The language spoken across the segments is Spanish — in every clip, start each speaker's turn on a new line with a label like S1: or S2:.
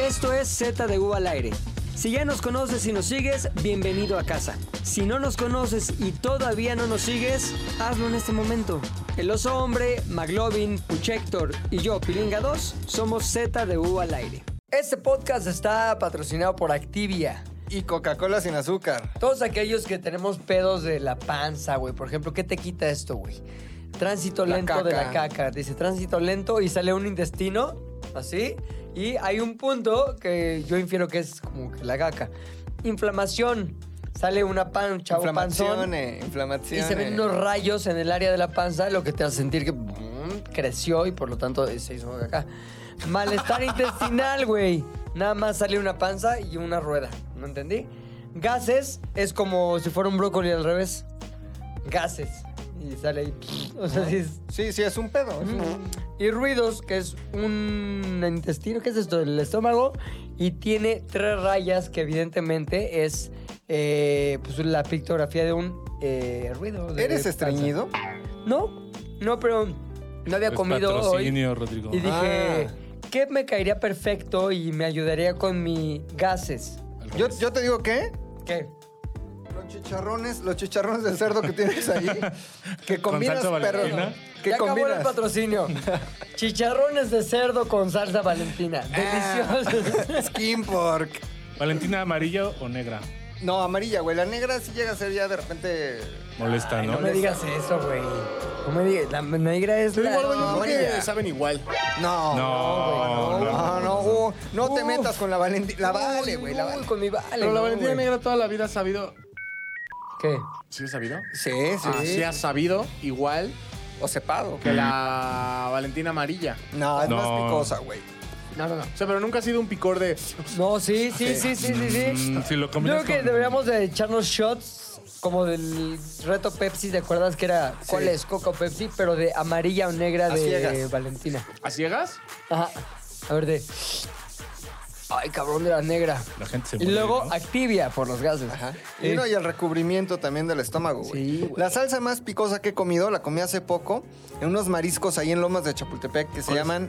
S1: Esto es Z de U al aire. Si ya nos conoces y nos sigues, bienvenido a casa. Si no nos conoces y todavía no nos sigues, hazlo en este momento. El oso hombre, Maglovin, Puchector y yo, Pilinga 2, somos Z de U al aire. Este podcast está patrocinado por Activia.
S2: Y Coca-Cola sin azúcar.
S1: Todos aquellos que tenemos pedos de la panza, güey. Por ejemplo, ¿qué te quita esto, güey? Tránsito
S2: La
S1: lento de la
S2: caca.
S1: caca. Dice tránsito lento y sale un intestino, así. Y hay un punto que yo infiero que es como que la caca. Inflamación. Sale una pan, un chavo panzón.
S2: inflamaciones,
S1: Y
S2: inflamaciones.
S1: se ven unos rayos en el área de la panza, lo que te hace sentir que mm, creció y por lo tanto eh, se hizo acá. Malestar intestinal, güey. Nada más sale una panza y una rueda. ¿No entendí? Gases es como si fuera un brócoli al revés. Gases. Y sale ahí. O sea, sí es-
S2: Sí, sí, es un pedo. es un-
S1: Y ruidos, que es un intestino, ¿qué es esto? El estómago. Y tiene tres rayas que evidentemente es eh, pues, la pictografía de un eh, ruido. de
S2: ¿Eres
S1: panza.
S2: estreñido?
S1: No, no, pero no había
S3: Es
S1: comido hoy.
S3: patrocinio, Rodrigo.
S1: Y dije,
S2: Ah.
S1: ¿qué me caería perfecto y me ayudaría con mis gases?
S3: Al
S2: Yo,
S3: revés.
S2: yo te digo que
S1: ¿Qué?
S2: los chicharrones, los chicharrones del cerdo que tienes ahí, que
S3: ¿Con
S2: combinas,
S3: salsa
S2: perro.
S3: valentina?
S2: Que
S1: ya acabó el
S2: combinas.
S1: patrocinio. Chicharrones de cerdo con salsa valentina.
S2: Ah,
S1: Deliciosos.
S2: Skin pork.
S3: ¿Valentina amarilla o negra?
S2: No, amarilla, güey. La negra sí llega a ser ya de repente.
S3: Molesta,
S1: Ay,
S3: ¿no?
S1: No me digas eso, güey. No me digas. La negra es la...
S2: igual, güey, yo-
S4: Ahora
S2: Amarilla.
S4: ya saben igual.
S2: No.
S3: No,
S2: güey, No, no,
S3: no.
S2: no, uh, no te
S1: Uh.
S2: metas con la Valentina. La vale, güey. La
S1: Uy,
S2: vale.
S1: con mi vale.
S4: Pero la
S1: no,
S4: Valentina
S1: güey.
S4: Negra toda la vida ha sabido.
S1: ¿Qué?
S4: ¿Sí ha sabido?
S2: Sí, sí.
S4: Ah, sí ha sabido igual
S2: O cepado.
S4: que la Valentina Amarilla.
S2: No, es más
S3: No.
S2: picosa, güey.
S4: No, no, no. O sea, pero nunca ha sido un picor de.
S1: No, sí, sí, sí, sí, sí, sí.
S3: Mm, si lo
S1: Yo creo
S3: combinas
S1: que
S3: con-
S1: deberíamos de echarnos shots como del reto Pepsi, ¿te acuerdas que era cuál es Coca o Pepsi? Pero de amarilla o negra
S2: A
S1: de
S2: ciegas.
S1: Valentina.
S4: ¿A ciegas?
S1: Ajá. A ver de. Ay, cabrón de la negra.
S3: La gente se
S1: Y
S3: muere,
S1: luego
S3: ¿no?
S1: Activia por los gases.
S2: Ajá.
S1: Eh,
S2: Y, no, y el recubrimiento también del estómago, güey.
S1: Sí, güey.
S2: La salsa más picosa que he comido la comí hace poco en unos mariscos ahí en Lomas de Chapultepec que se llaman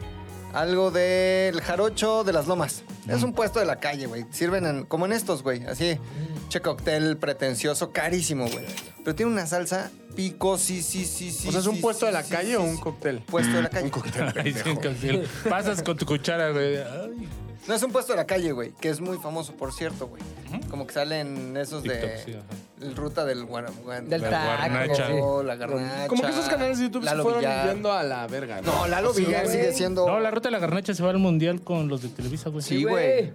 S2: algo del jarocho de las lomas. Es un puesto de la calle, güey. Sirven en- como en estos, güey. Así, che cóctel pretencioso, carísimo, güey. Pero tiene una salsa picosí, sí, sí, sí.
S4: o sea, ¿es un
S2: sí,
S4: puesto
S2: sí,
S4: de la
S2: sí,
S4: calle
S2: sí,
S4: o
S2: sí.
S4: un cóctel?
S2: Puesto de la calle.
S3: Ay, sí, Cancel. Pasas con tu cuchara, güey. Ay.
S2: No, es un puesto de la calle, güey, que es muy famoso, por cierto, güey. Como que salen esos de
S3: TikTok, sí, ajá.
S2: el ruta del guara- guan-
S1: Del
S3: La
S1: taco.
S3: guarnacha.
S1: sí.
S2: la garnacha.
S4: Como que esos canales de YouTube se
S2: Lalo
S4: fueron
S2: Villar.
S4: yendo a la verga.
S2: No, Lalo Villar
S4: güey.
S2: sigue siendo.
S3: No, la ruta de la garnacha se va al mundial con los de Televisa, güey.
S2: Sí, güey.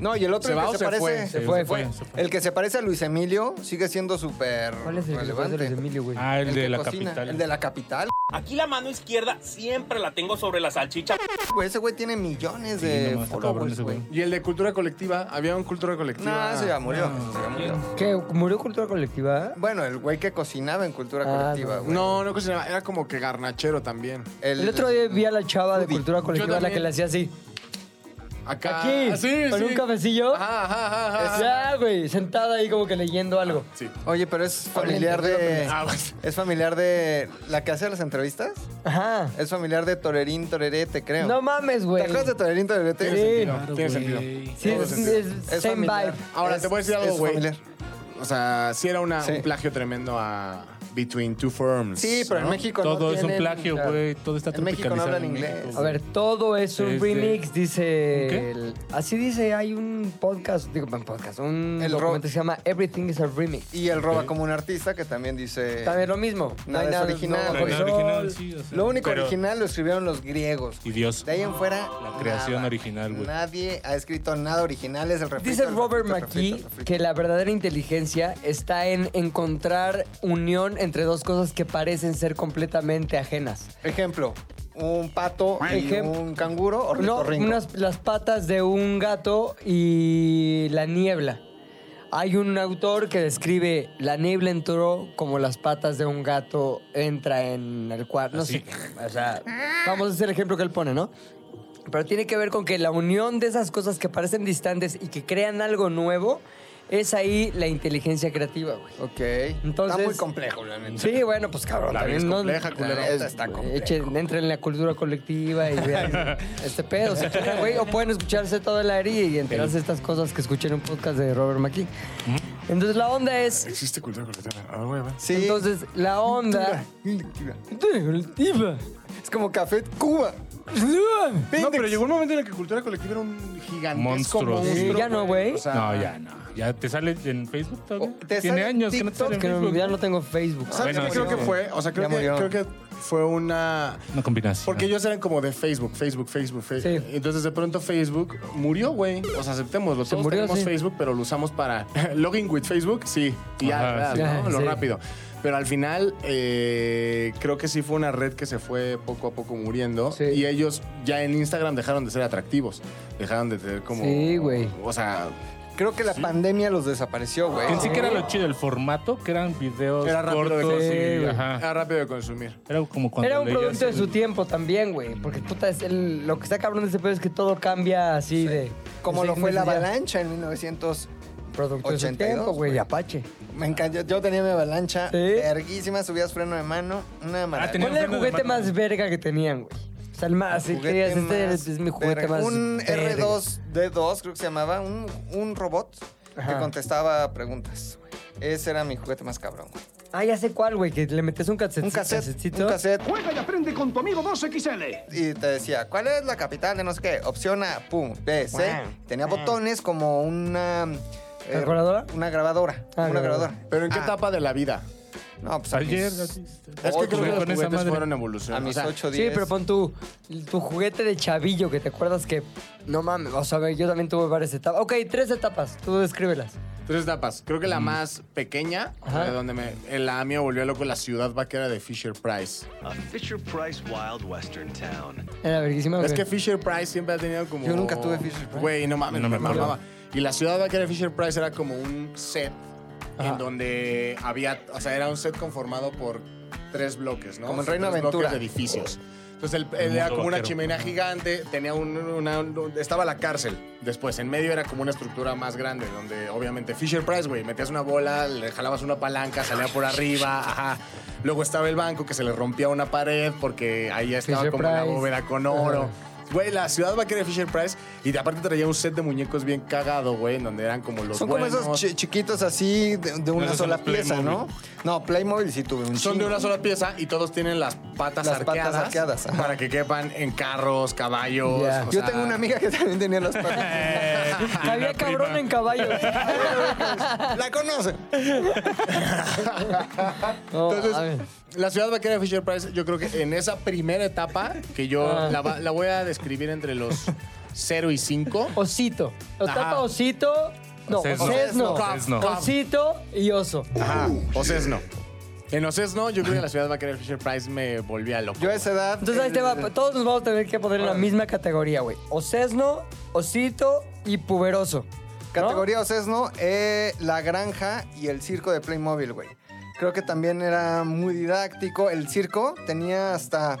S2: No, y el otro
S4: ¿Se
S2: el
S4: va
S2: que
S4: o
S2: se,
S4: se
S2: parece.
S4: fue?
S1: Se fue, fue.
S3: se fue.
S2: El que se parece a Luis Emilio sigue siendo súper.
S1: ¿Cuál es el que se parece a Luis Emilio, güey?
S3: Ah, el,
S2: El
S3: de
S2: que
S3: la
S2: cocina,
S3: capital.
S2: El de la capital,
S5: Aquí la mano izquierda siempre la tengo sobre la salchicha.
S2: güey. Ese güey tiene millones
S3: Sí,
S2: de
S3: no más, está cabrón
S2: followers,
S3: ese
S2: güey.
S3: güey.
S4: Y el de cultura colectiva, había un cultura colectiva.
S2: No, ese ya murió. ese ya murió.
S1: ¿Qué? ¿Murió cultura colectiva?
S2: Bueno, el güey que cocinaba en cultura
S1: Ah,
S2: colectiva,
S1: no.
S2: güey.
S4: No, no cocinaba, era como que garnachero también.
S1: El, otro día vi a la chava de
S2: Udi.
S1: cultura colectiva, la que
S4: también.
S1: le hacía así.
S4: Acá.
S1: Aquí,
S4: Ah, sí,
S1: con
S4: sí.
S1: un cafecillo.
S4: Ajá, ajá, ajá, ajá.
S1: Ya, güey, sentada ahí como que leyendo algo.
S4: Sí.
S2: Oye, pero es familiar de.
S4: Ah, bueno.
S2: Es familiar de. ¿La que hace las entrevistas?
S1: Ajá.
S2: Es familiar de Torerín Torerete, creo.
S1: No mames,
S2: ¿Te
S1: güey.
S2: acuerdas de Torerín Torerete?
S1: Sí.
S3: Claro, güey.
S4: Tiene sentido.
S1: Sí, es, es
S2: Es
S1: same
S2: familiar.
S1: vibe.
S4: Ahora,
S2: Es-
S4: te voy a decir
S2: es
S4: algo, güey.
S2: familiar.
S4: O sea, sí era una-
S2: Sí.
S4: un plagio tremendo a Between Two Firms.
S2: Sí, pero en
S4: ¿no?
S2: México no
S3: Todo es un
S2: tienen-
S3: plagio, güey. Todo está
S2: En México no
S3: tropicalizado
S2: hablan
S3: en
S2: inglés.
S3: México,
S1: A ver, todo es un
S3: Este-
S1: remix, dice.
S3: ¿Qué?
S1: el- así dice, hay un podcast, digo, un podcast, un
S2: El
S1: documento
S2: rock.
S1: que se llama Everything is a Remix.
S2: Y el roba como un artista que también dice.
S1: También lo mismo.
S2: Nada es original,
S1: no,
S3: No hay nada
S1: sol.
S3: original, sí, o sea,
S2: Lo único
S3: pero-
S2: original lo escribieron los griegos.
S3: Y Dios.
S2: De ahí en fuera.
S3: La creación
S2: nada.
S3: original, güey.
S2: Nadie ha escrito nada original. Es el refrito.
S1: Dice
S2: el
S1: Robert
S2: refrito, el
S1: McKee
S2: refrito, el refrito.
S1: que la verdadera inteligencia está en encontrar unión entre dos cosas que parecen ser completamente ajenas.
S2: Ejemplo: un pato y
S1: Ejem-
S2: un canguro. O
S1: No, unas, las patas de un gato y la niebla. Hay un autor que describe la niebla entró como las patas de un gato entra en el cuarto. No
S3: Así.
S1: sé. O sea, vamos a hacer el ejemplo que él pone, ¿no? Pero tiene que ver con que la unión de esas cosas que parecen distantes y que crean algo nuevo Es ahí la inteligencia creativa, güey.
S2: Ok.
S1: Entonces-
S2: está muy complejo, la neta.
S1: Sí, bueno, pues cabrón.
S4: La vida
S1: también
S4: es
S1: no-
S4: compleja, culero.
S2: La neta está Ah, complejo.
S1: Pues, Echen, entren en la cultura colectiva y vean este pedo. si quieren, güey, o pueden escucharse todo el área y enterarse de estas cosas que escuché en un podcast de Robert McKee. Entonces la onda es.
S4: Existe cultura colectiva. Ah, güey, va.
S2: Sí.
S1: Entonces la onda.
S2: es como café Cuba.
S3: Ah,
S4: No, pero llegó un momento en el que cultura colectiva era un gigantesco
S3: Monstruo.
S4: monstruo.
S1: Sí, ya no, güey.
S4: O sea,
S3: No, ya no. Ya te sale en Facebook todo.
S2: O te
S3: Tiene
S2: sale en
S3: años que no te
S2: TikTok,
S3: sale en
S1: Que no-
S3: Facebook.
S1: ya no tengo Facebook.
S4: ¿Sabes
S3: Bueno,
S4: qué creo
S3: sí.
S4: que fue? O sea, creo
S2: Ya
S4: que,
S2: murió.
S4: creo que fue una...
S3: Una combinación.
S4: Porque ellos eran como de Facebook, Facebook, Facebook, Facebook.
S1: Sí.
S4: Entonces de pronto Facebook murió, güey. O sea, aceptémoslo. Todos
S1: murió,
S4: tenemos
S1: sí.
S4: Facebook, pero lo usamos para login with Facebook, sí. Y ya,
S3: Ajá,
S4: ¿verdad?
S1: sí.
S4: ¿no?
S1: Ajá,
S4: lo
S1: sí.
S4: rápido. Pero al final eh, creo que sí fue una red que se fue poco a poco muriendo.
S1: Sí.
S4: Y ellos ya en Instagram dejaron de ser atractivos. Dejaron de tener como...
S1: Sí, güey.
S4: O sea,
S2: Creo que la pandemia los desapareció, güey.
S3: Pensé que era lo chido, el formato, que eran videos
S4: Era rápido de
S3: cortos.
S4: conseguir,
S3: y-
S1: güey.
S3: ajá.
S4: era rápido de consumir.
S3: Era como cuando
S1: Era un
S3: leías
S1: producto de
S3: el-
S1: su tiempo también, güey. Porque puta, es el- lo que está cabrón de ese pedo es que todo cambia así de.
S2: Como
S1: de
S2: lo
S1: seis
S2: fue la
S1: meses ya.
S2: avalancha en 1900.
S1: Producto de su
S2: 82,
S1: tiempo, güey.
S2: güey.
S1: Apache.
S2: Me encanta. Yo tenía mi avalancha.
S1: Sí.
S2: Verguísima, subías freno de mano. Una maravilla.
S3: Ah, tenía-
S1: ¿Cuál era el
S3: freno de
S1: juguete
S3: mano.
S1: más verga que tenían, güey? O sea, el más. sí,
S2: El juguete
S1: que digas, este
S2: más
S1: es, es mi juguete
S2: verga.
S1: más.
S2: Un
S1: verga.
S2: R2D2, creo que se llamaba. Un, un robot
S1: Ajá.
S2: que contestaba preguntas. güey. Ese era mi juguete más cabrón. güey.
S1: Ah, ya sé cuál, güey. Que le metes un cassette.
S2: Un cassette. Un cassette.
S6: Juega y aprende con tu amigo 2XL.
S2: y te decía, ¿cuál es la capital de no sé qué? Opción A, pum, B, C. Tenía botones como una... eh,
S1: ¿Calculadora?
S2: Una grabadora.
S1: Ah,
S2: una
S1: grabadora.
S2: grabadora.
S4: ¿Pero en qué
S2: Ah,
S4: etapa de la vida?
S2: No, pues a
S3: Ayer.
S2: mis-
S3: así. este,
S4: Es que
S2: Ocho,
S4: creo que
S3: güey,
S4: los
S3: con esa
S4: juguetes
S3: madre.
S4: fueron
S2: a
S4: evolucionando.
S2: mis
S4: O sea,
S2: 8
S1: Sí,
S2: días.
S1: pero pues, pon tu, tu juguete de chavillo que te acuerdas que. No mames. O sea, güey, yo también tuve varias etapas. Ok, tres etapas. Tú descríbelas.
S4: Tres etapas. Creo que la más pequeña, o sea,
S1: Ajá.
S4: donde me, el a mí me volvió loco, la ciudad vaquera de Fisher Price.
S7: A Fisher Price Wild Western town.
S1: Era verguísima, güey.
S4: Es que Fisher Price siempre ha tenido como.
S2: Yo nunca tuve Fisher-Price.
S4: Güey, no mames,
S3: No
S4: no
S3: me
S4: me
S3: acuerdo.
S4: mamaba. Y la ciudad vaquera de Fisher Price era como un set
S1: Ajá.
S4: en donde había. O sea, era un set conformado por tres bloques, ¿no?
S2: Como en
S4: Tres
S2: Reino
S4: bloques
S2: Aventura.
S4: de edificios. Entonces él, él era
S3: mundo
S4: como una
S3: vaquero.
S4: chimenea gigante, tenía un- una, un- estaba la cárcel. Después, en medio era como una estructura más grande, donde obviamente Fisher Price, güey, metías una bola, le jalabas una palanca, salía por arriba, ajá. Luego estaba el banco que se le rompía una pared porque ahí estaba
S1: Fisher
S4: como la
S1: Price.
S4: bóveda con oro. Güey, la ciudad vaquera de Fisher Price y aparte traía un set de muñecos bien cagado, güey, en donde eran como los
S2: Son como
S4: buenos.
S2: esos chi- chiquitos así de, de una
S3: esos son
S2: sola
S3: los
S2: pieza, ¿no?
S3: Playmobil.
S2: No, Playmobil sí tuve un
S4: Son de
S2: chingo.
S4: una sola pieza y todos tienen las patas
S2: Las patas
S4: arqueadas,
S2: arqueadas, ajá.
S4: para que quepan en carros, caballos.
S1: Ya.
S4: o
S2: Yo
S4: sea,
S2: tengo una amiga que también tenía las patas.
S1: Había cabrón en caballo.
S2: la conoce.
S1: No,
S4: Entonces,
S1: a ver.
S4: la ciudad vaquera de Fisher Price, yo creo que en esa primera etapa, que yo
S1: Ah.
S4: la, va- la voy a describir entre los 0 y 5.
S1: Osito. O
S4: Ajá.
S1: tapa osito. No,
S3: Sesno.
S1: Osesno.
S3: Sesno.
S1: Osito y oso.
S4: Ajá, Ocesno. En Ocesno, yo creo que la ciudad vaquera de Fisher Price me volvía loco.
S2: Yo a esa edad...
S1: Entonces ahí te va.
S2: Eh,
S1: pues, Todos nos vamos a tener que poner en la misma categoría, güey. Ocesno, osito y puberoso. ¿no?
S2: Categoría Ocesno, eh, La Granja y el circo de Playmobil, güey. Creo que también era muy didáctico. El circo tenía hasta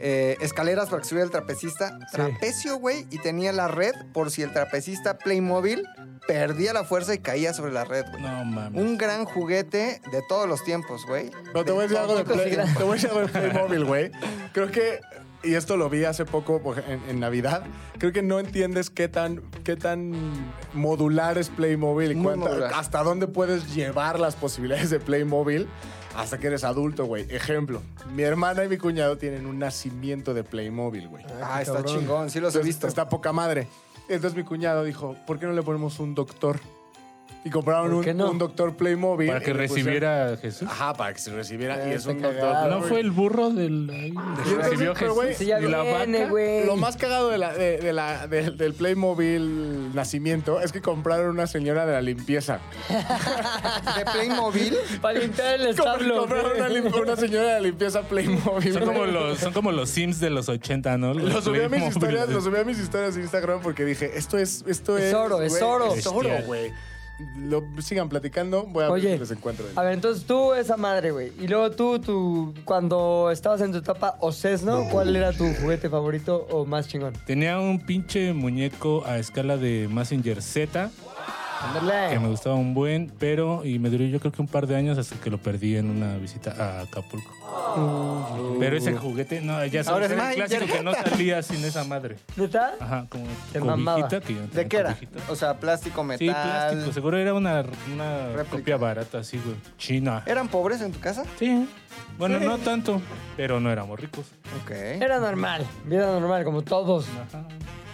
S2: eh, escaleras para que subiera el trapecista. Trapecio, güey. Y tenía la red por si el trapecista Playmobil perdía la fuerza y caía sobre la red, güey.
S3: No mames.
S2: Un gran juguete de todos los tiempos, güey.
S4: No, te voy a decir algo de, Play, te voy a decir algo de Playmobil, güey. Creo que, y esto lo vi hace poco por- en, en Navidad, creo que no entiendes qué tan, qué tan modular es Playmobil. y
S2: Muy
S4: cuánta-
S2: modular.
S4: Hasta dónde puedes llevar las posibilidades de Playmobil hasta que eres adulto, güey. Ejemplo, mi hermana y mi cuñado tienen un nacimiento de Playmobil, güey.
S2: Ah, está chingón. Sí los he
S4: Entonces,
S2: visto.
S4: Está poca madre. Entonces mi cuñado dijo, ¿por qué no le ponemos un doctor? Y compraron
S1: ¿Por qué
S4: un,
S1: no?
S4: un doctor Playmobil.
S3: Para que
S4: y le pusieron-
S3: recibiera a Jesús.
S4: Ajá, para que se recibiera. Y es
S1: Está
S4: un doctor.
S1: cagado,
S3: ¿No fue el burro del. ahí, que
S4: entonces,
S3: recibió
S4: pero, güey,
S3: Jesús?
S1: Sí, ya
S3: y la
S1: viene,
S3: vaca?
S1: güey.
S4: Lo más cagado de la, de- de la- de- del Playmobil nacimiento es que compraron una señora de la limpieza.
S2: De Playmobil.
S1: Para limpiar el establo.
S4: compraron una, lim- una señora de la limpieza Playmobil.
S3: Son como, los, son como los Sims de los 80, ¿no? Los
S4: Lo subí, a mis
S3: Playmobil.
S4: historias, lo subí a mis historias de Instagram porque dije, esto es... Esto
S1: Es
S4: es,
S1: oro, es
S4: güey,
S1: oro.
S4: Es oro,
S3: Bestial.
S4: güey. Lo sigan platicando, voy a ver
S1: Oye,
S4: si les encuentro.
S1: a ver, entonces tú esa madre, güey. Y luego tú, tú, cuando estabas en tu etapa Ocesno, ¿cuál era tu juguete favorito o más chingón?
S3: Tenía un pinche muñeco a escala de Massinger Z.
S2: Ándale.
S3: que me gustaba un buen, pero y me duró yo creo que un par de años hasta que lo perdí en una visita a Acapulco. Pero ese juguete, no, ya
S2: Ahora
S3: sabes,
S2: es
S3: era el
S2: más
S3: clásico que no
S2: tarjeta.
S3: salía sin esa madre.
S1: ¿Neta?
S3: Ajá, como
S1: Te mamaba.
S3: cobijita que yo no
S2: ¿De
S3: tenía
S2: qué era?
S3: cobijita.
S2: O sea, plástico, metal.
S3: Sí, plástico, seguro era una, una
S2: Réplica.
S3: copia barata así, güey. China.
S1: Eh.
S2: ¿Eran pobres en tu casa?
S3: Sí. Bueno, no tanto, pero no éramos ricos.
S2: Ok.
S1: Era normal, vida normal, como todos.
S3: Ajá.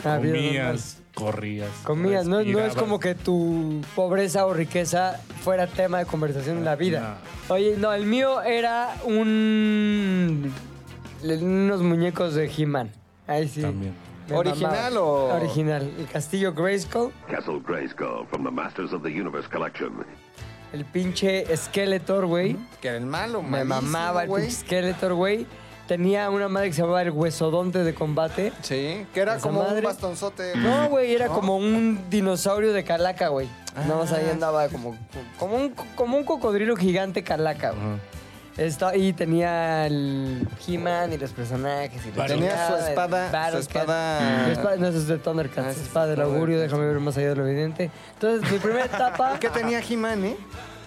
S1: Ah, vida
S3: Comías, corrías.
S1: normal. Comías, no, no es
S3: respirabas.
S1: como que tu pobreza o riqueza fuera tema de conversación en la vida. Oye, no, el mío era un. le- unos muñecos de He-Man. Ahí sí.
S3: También.
S1: Me
S2: ¿Original
S1: mamaba.
S2: o-
S1: Original. El castillo Grayskull,
S8: Castle Grayskull from the Masters of the Universe collection.
S1: el pinche Skeletor, güey.
S2: Que era el malo,
S1: Me
S2: malísimo,
S1: mamaba el
S2: güey.
S1: pinche Skeletor, güey. Tenía una madre que se llamaba el huesodonte de combate.
S2: Sí, que era
S1: Esa
S2: como un
S1: madre.
S2: bastonzote.
S1: No, güey, era como un dinosaurio de calaca, güey.
S2: Ah.
S1: Nada más ahí andaba como, como, un, como un cocodrilo gigante calaca, güey. Esta- y tenía el He-Man y los personajes. Y la
S3: Tenía
S1: chingada,
S2: su espada-
S1: el
S2: su espada-
S1: Su espada- No, eso es de Thundercats.
S2: Ah,
S1: su
S2: esa es
S1: espada del augurio,
S2: Thundercats.
S1: déjame ver más allá de lo evidente. Entonces, mi primera etapa,
S2: ¿Qué tenía He-Man, eh?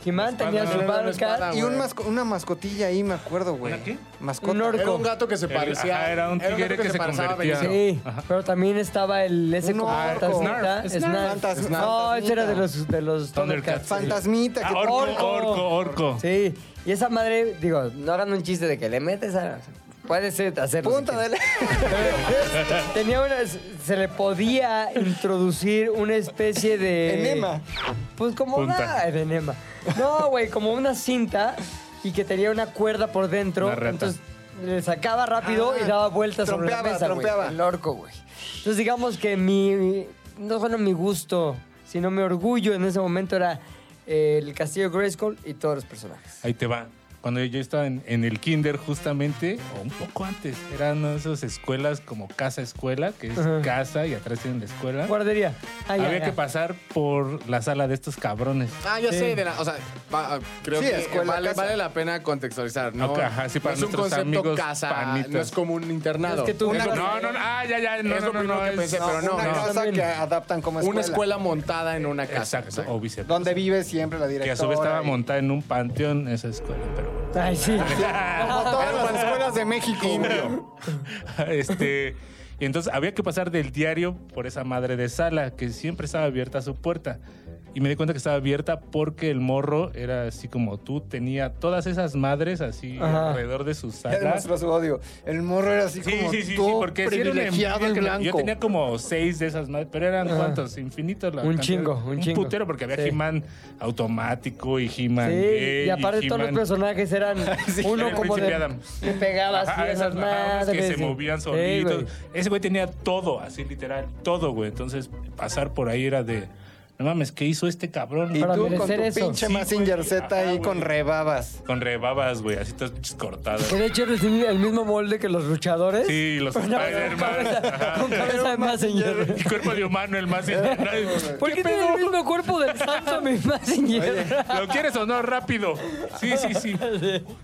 S1: He-Man tenía
S4: Espada,
S1: su
S4: no, no, no,
S1: Battle
S4: espada,
S2: Y un
S4: güey.
S2: masco- una mascotilla ahí, me acuerdo, güey.
S3: Ah, ¿Una qué?
S2: Mascota.
S1: Un orco.
S4: Era un gato que se
S3: El-
S4: parecía.
S3: ajá, era un tigre
S4: gato
S3: que se
S4: parecía a
S3: convertía.
S4: Benito.
S1: Sí, pero también estaba el ese
S2: Un
S1: como
S2: orco.
S1: fantasmita,
S3: Snarf,
S1: Snarf.
S2: Snarf.
S1: No, ese era de
S2: Fantasmita.
S1: los de los Thundercats.
S3: Thundercats.
S2: Fantasmita.
S3: Ah,
S2: que-
S3: orco,
S1: Orco.
S3: orco, orco,
S1: Sí, y esa madre, digo, no hagan un chiste de que le metes a. Puede ser hacerlo. si
S2: Punta
S1: quieres.
S2: de la-
S1: Tenía una. Se le podía introducir una especie de.
S2: Enema.
S1: Pues como
S3: Punta.
S1: una. de enema. No, güey, como una cinta y que tenía una cuerda por dentro.
S3: Una reta.
S1: Entonces le sacaba rápido
S2: Ah,
S1: y daba vueltas sobre la
S2: trompeaba,
S1: mesa, güey.
S2: trompeaba.
S1: El orco, güey. Entonces digamos que mi. No solo mi gusto, sino mi orgullo en ese momento era eh, el castillo Grayskull y todos los personajes.
S3: Ahí te va. Cuando yo estaba en, en el kinder justamente, o un poco antes, eran esas escuelas como casa-escuela, que es
S1: Ajá.
S3: casa y atrás tienen la escuela.
S1: Guardería. Ah, ya,
S3: Había
S1: ya.
S3: que pasar por la sala de estos cabrones.
S4: Ah, ya sé, de la- o sea, va- ah, creo
S2: Sí,
S4: que
S2: escuela,
S4: vale,
S2: casa.
S4: vale la pena contextualizar, ¿no?
S3: Ok, ajá, sí, para
S4: No es un
S3: nuestros
S4: concepto
S3: amigos
S4: casa,
S3: panitas.
S4: no es como un
S1: Es
S4: internado.
S1: que tú-
S4: Es
S1: Una-
S4: un-
S3: No, no, no, ah, ya, ya, no,
S4: Es
S3: no,
S4: lo
S3: no,
S4: primero
S3: no,
S4: que
S3: es-
S4: pensé,
S2: No,
S4: pero no.
S2: una
S4: no.
S2: casa
S1: también.
S2: que adaptan como escuela.
S4: Una escuela montada en una casa.
S3: Exacto, o viceversa.
S2: Donde vive siempre la directora.
S3: Que a su vez estaba
S2: y-
S3: montada en un panteón esa escuela, pero bueno.
S1: Ay, sí.
S2: Como todas las escuelas de México.
S3: este, y entonces había que pasar del diario por esa madre de sala que siempre estaba abierta su puerta. Y me di cuenta que estaba abierta porque el morro era así como tú, tenía todas esas madres así
S1: Ajá.
S3: alrededor de su
S2: Ya
S3: sala.
S2: demostró su odio. El morro era así
S3: Sí,
S2: como
S3: sí, sí, sí,
S2: todo
S3: porque sí era una
S2: privilegiado
S3: envidia
S2: y
S3: que la-
S2: blanco.
S3: yo tenía como seis de esas madres, pero eran cuántos, infinitos. la
S1: Un
S3: cantidad.
S1: chingo, un chingo.
S3: Un putero, porque había
S1: Sí.
S3: He-Man automático y He-Man. gay
S1: Sí, y aparte todos los
S3: He-Man-
S1: personajes eran uno
S3: era el
S1: como
S3: príncipe
S1: de,
S3: Adam.
S1: le pegaba así
S3: Ajá,
S1: a las
S3: esas mamadas que
S1: madres,
S3: se
S1: sí.
S3: movían
S1: Sí,
S3: solitos.
S1: güey.
S3: Ese güey tenía todo, así literal, todo, güey. Entonces, pasar por ahí era de, no mames, ¿qué hizo este cabrón?
S2: Y
S1: Para
S2: tú con tu
S1: merecer eso.
S2: pinche
S3: Sí,
S2: Mazinger
S3: güey.
S2: Z
S3: Ajá,
S2: ahí
S3: güey.
S2: con rebabas.
S3: Con rebabas, güey, así todas pinches cortadas.
S1: Que de hecho recibí el mismo molde que los luchadores.
S3: Sí, los
S1: pero nada más Con
S3: Spider-Man.
S1: cabeza,
S3: Ajá.
S1: con cabeza de Mazinger.
S3: Y cuerpo de humano, el más. ¿Lo
S1: ¿Por qué tiene el mismo cuerpo del santo mi Mazinger?
S3: quieres o no? Rápido. Sí, sí, sí.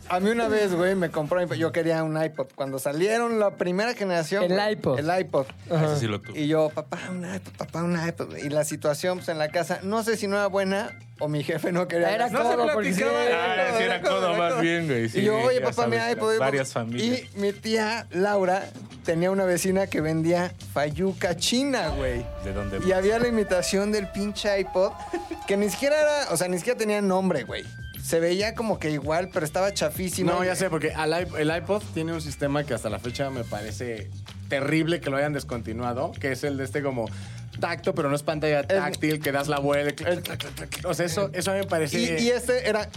S2: A mí una vez, güey, me compró. mi- Yo quería un iPod. Cuando salieron la primera generación.
S1: El
S2: güey,
S1: iPod.
S2: El iPod.
S3: Ah, Ese sí lo tuve.
S2: Y yo, papá, un iPod, papá, un iPod. güey. Y la situación pues, en la casa, no sé si no era buena o mi jefe no quería.
S1: Era
S2: gastar.
S1: No se codo, porque- platicaba,
S3: Ah, sí era codo más bien, güey. sí,
S2: y yo, oye,
S3: ya
S2: papá, mi
S3: sabes,
S2: iPod. iPod".
S3: Varias familias.
S2: Y mi tía Laura tenía una vecina que vendía fayuca china, güey.
S3: ¿De dónde?
S2: Y había la imitación del pinche iPod, que ni siquiera era, o sea, ni siquiera tenía nombre, güey. Se veía como que igual, pero estaba chafísimo.
S4: No, ya sé, porque al iP- el iPod tiene un sistema que hasta la fecha me parece terrible que lo hayan descontinuado, que es el de este como tacto, pero no es pantalla táctil, que das la vuelta. clac, clac, clac, clac, clac. O sea, eso, eso a mí me parece...
S2: Y, y este era.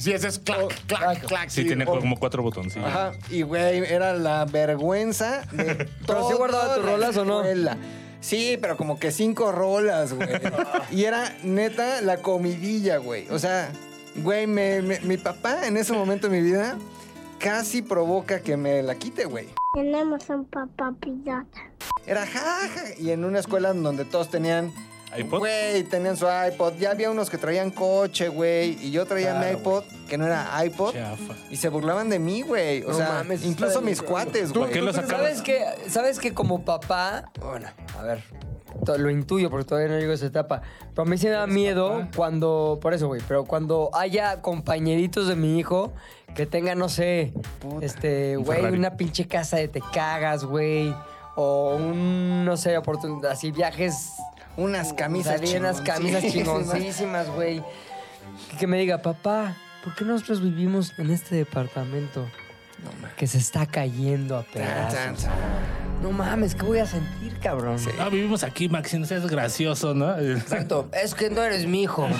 S4: Sí, ese es clac, clac, clac.
S3: Sí, tiene
S2: o-
S3: como cuatro
S1: Ah.
S3: botoncillos.
S2: Ajá. Y güey, era la vergüenza de
S1: ¿Pero sí
S2: toda
S1: guardaba tus
S2: la
S1: rolas o no?
S2: escuela. Sí, pero como que cinco rolas, güey.
S1: Ah.
S2: y era neta la comidilla, güey. O sea, güey, me- me- mi papá en ese momento de mi vida casi provoca que me la quite, güey.
S9: Tenemos un papá pirata.
S2: Era jaja. Y en una escuela en donde todos tenían.
S3: ¿iPod?
S2: Güey, tenían su iPod. Ya había unos que traían coche, güey. Y yo traía mi iPod, que no era iPod.
S3: Chafa.
S2: Y se burlaban de mí, güey. O
S1: No
S2: sea,
S1: mames, está
S2: incluso
S1: del-
S2: mis cuates,
S3: ¿Tú
S2: güey.
S3: qué lo sacabas?
S1: ¿Sabes que, ¿Sabes que como papá? Bueno, a ver. to- lo intuyo porque todavía no llego a esa etapa. Pero a mí sí me da miedo cuando, por eso, güey, pero cuando haya compañeritos de mi hijo que tengan, no sé, este,
S3: un
S1: güey,
S3: Ferrari.
S1: una pinche casa de te cagas, güey, o un, no sé, oportunidad, así viajes
S2: Unas camisas
S1: Salí en unas camisas
S2: chingoncísimas.
S1: chingoncísimas, güey. Que, que me diga, papá, ¿por qué nosotros vivimos en este departamento que se está cayendo a
S2: Tan,
S1: pedazos?
S2: tan, tan.
S1: No mames, ¿qué voy a sentir, cabrón?
S3: Ah, vivimos aquí, Maxi, no seas gracioso, ¿no?
S1: Exacto, es que no eres mi hijo.
S2: No,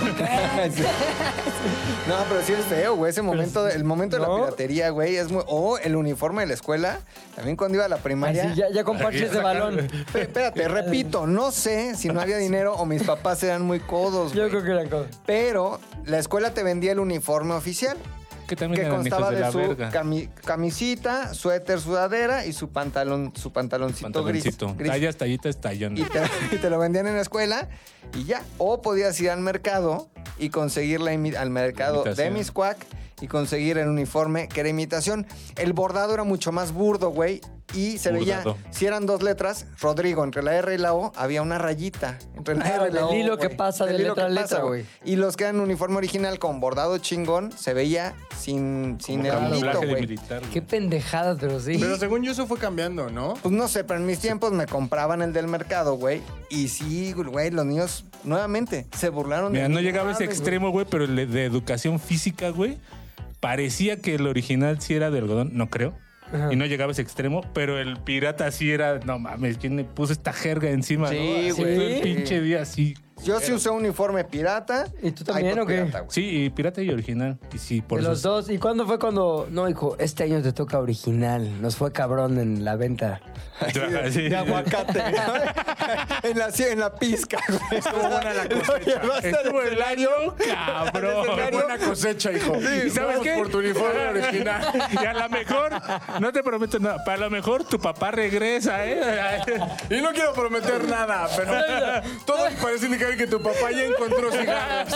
S2: pero sí es feo, güey. Ese momento, el momento de
S1: ¿no?
S2: la piratería, güey, es muy. O el uniforme de la escuela. También cuando iba a la primaria.
S1: Así, ya, ya con parches de balón.
S2: Pe- Espérate, repito, no sé si no había dinero o mis papás eran muy codos,
S1: Yo
S2: güey.
S1: creo que eran cosas.
S2: Pero la escuela te vendía el uniforme oficial,
S3: Que también
S2: que
S3: eran hijos
S2: constaba
S3: de,
S2: de,
S3: la
S2: su
S3: verga.
S2: cami- camisita, suéter, sudadera y su pantalón, su pantaloncito,
S3: Pantaloncito.
S2: gris. gris.
S3: Tallas, tallitas, tallón.
S2: Y te, y te lo vendían en la escuela y ya. O podías ir al mercado y conseguir la imi- al mercado de
S3: Imitación.
S2: Miscuac y conseguir el uniforme que era imitación. El bordado era mucho más burdo, güey. Y se
S3: Burdado.
S2: veía, si eran dos letras, Rodrigo, entre la R y la O había una rayita. Entre la
S1: Ah,
S2: R y la
S1: del
S2: O.
S1: hilo que
S2: güey.
S1: pasa de
S2: Del hilo
S1: letra
S2: que
S1: a letra,
S2: pasa,
S1: güey.
S2: Y los que eran uniforme original con bordado chingón, se veía sin, sin el hilito,
S3: Camuflaje de
S2: güey.
S3: militar.
S1: Qué
S3: güey.
S1: pendejada, pero sí.
S4: Pero según yo, eso fue cambiando, ¿no?
S2: Pues no sé, pero en mis tiempos me compraban el del mercado, güey. Y sí, güey, los niños nuevamente se burlaron de
S3: Mira,
S2: mí.
S3: no llegaba a ese
S2: mames,
S3: extremo, güey, pero el de- de educación física, güey, parecía que el original sí era de algodón, no creo.
S1: Ajá.
S3: Y no llegaba a ese extremo, pero el pirata sí era, no mames, ¿quién le puso esta jerga encima?
S2: Sí,
S3: no? Así
S1: güey.
S3: todo el pinche día así.
S2: güey. Yo sí usé uniforme pirata.
S1: ¿Y tú también,
S2: Ay, pues,
S1: o qué?
S2: pirata, güey.
S3: Sí, y pirata y original. Y sí, por
S1: de
S3: eso.
S1: los dos. ¿Y cuándo fue cuando.? No, hijo, este año te toca original. Nos fue cabrón en la venta.
S3: Sí.
S2: De aguacate. en, la, en la pizca, güey. Estuvo buena la cosecha.
S3: Estuvo el año, cabrón.
S4: Buena cosecha, hijo.
S3: ¿Y sabes
S4: Vamos
S3: qué?
S4: Por tu uniforme original.
S3: Y a lo mejor, no te prometo nada, para lo mejor tu papá regresa, ¿eh?
S4: Y no quiero prometer nada, pero todo parece indicar que tu papá ya encontró cigarros.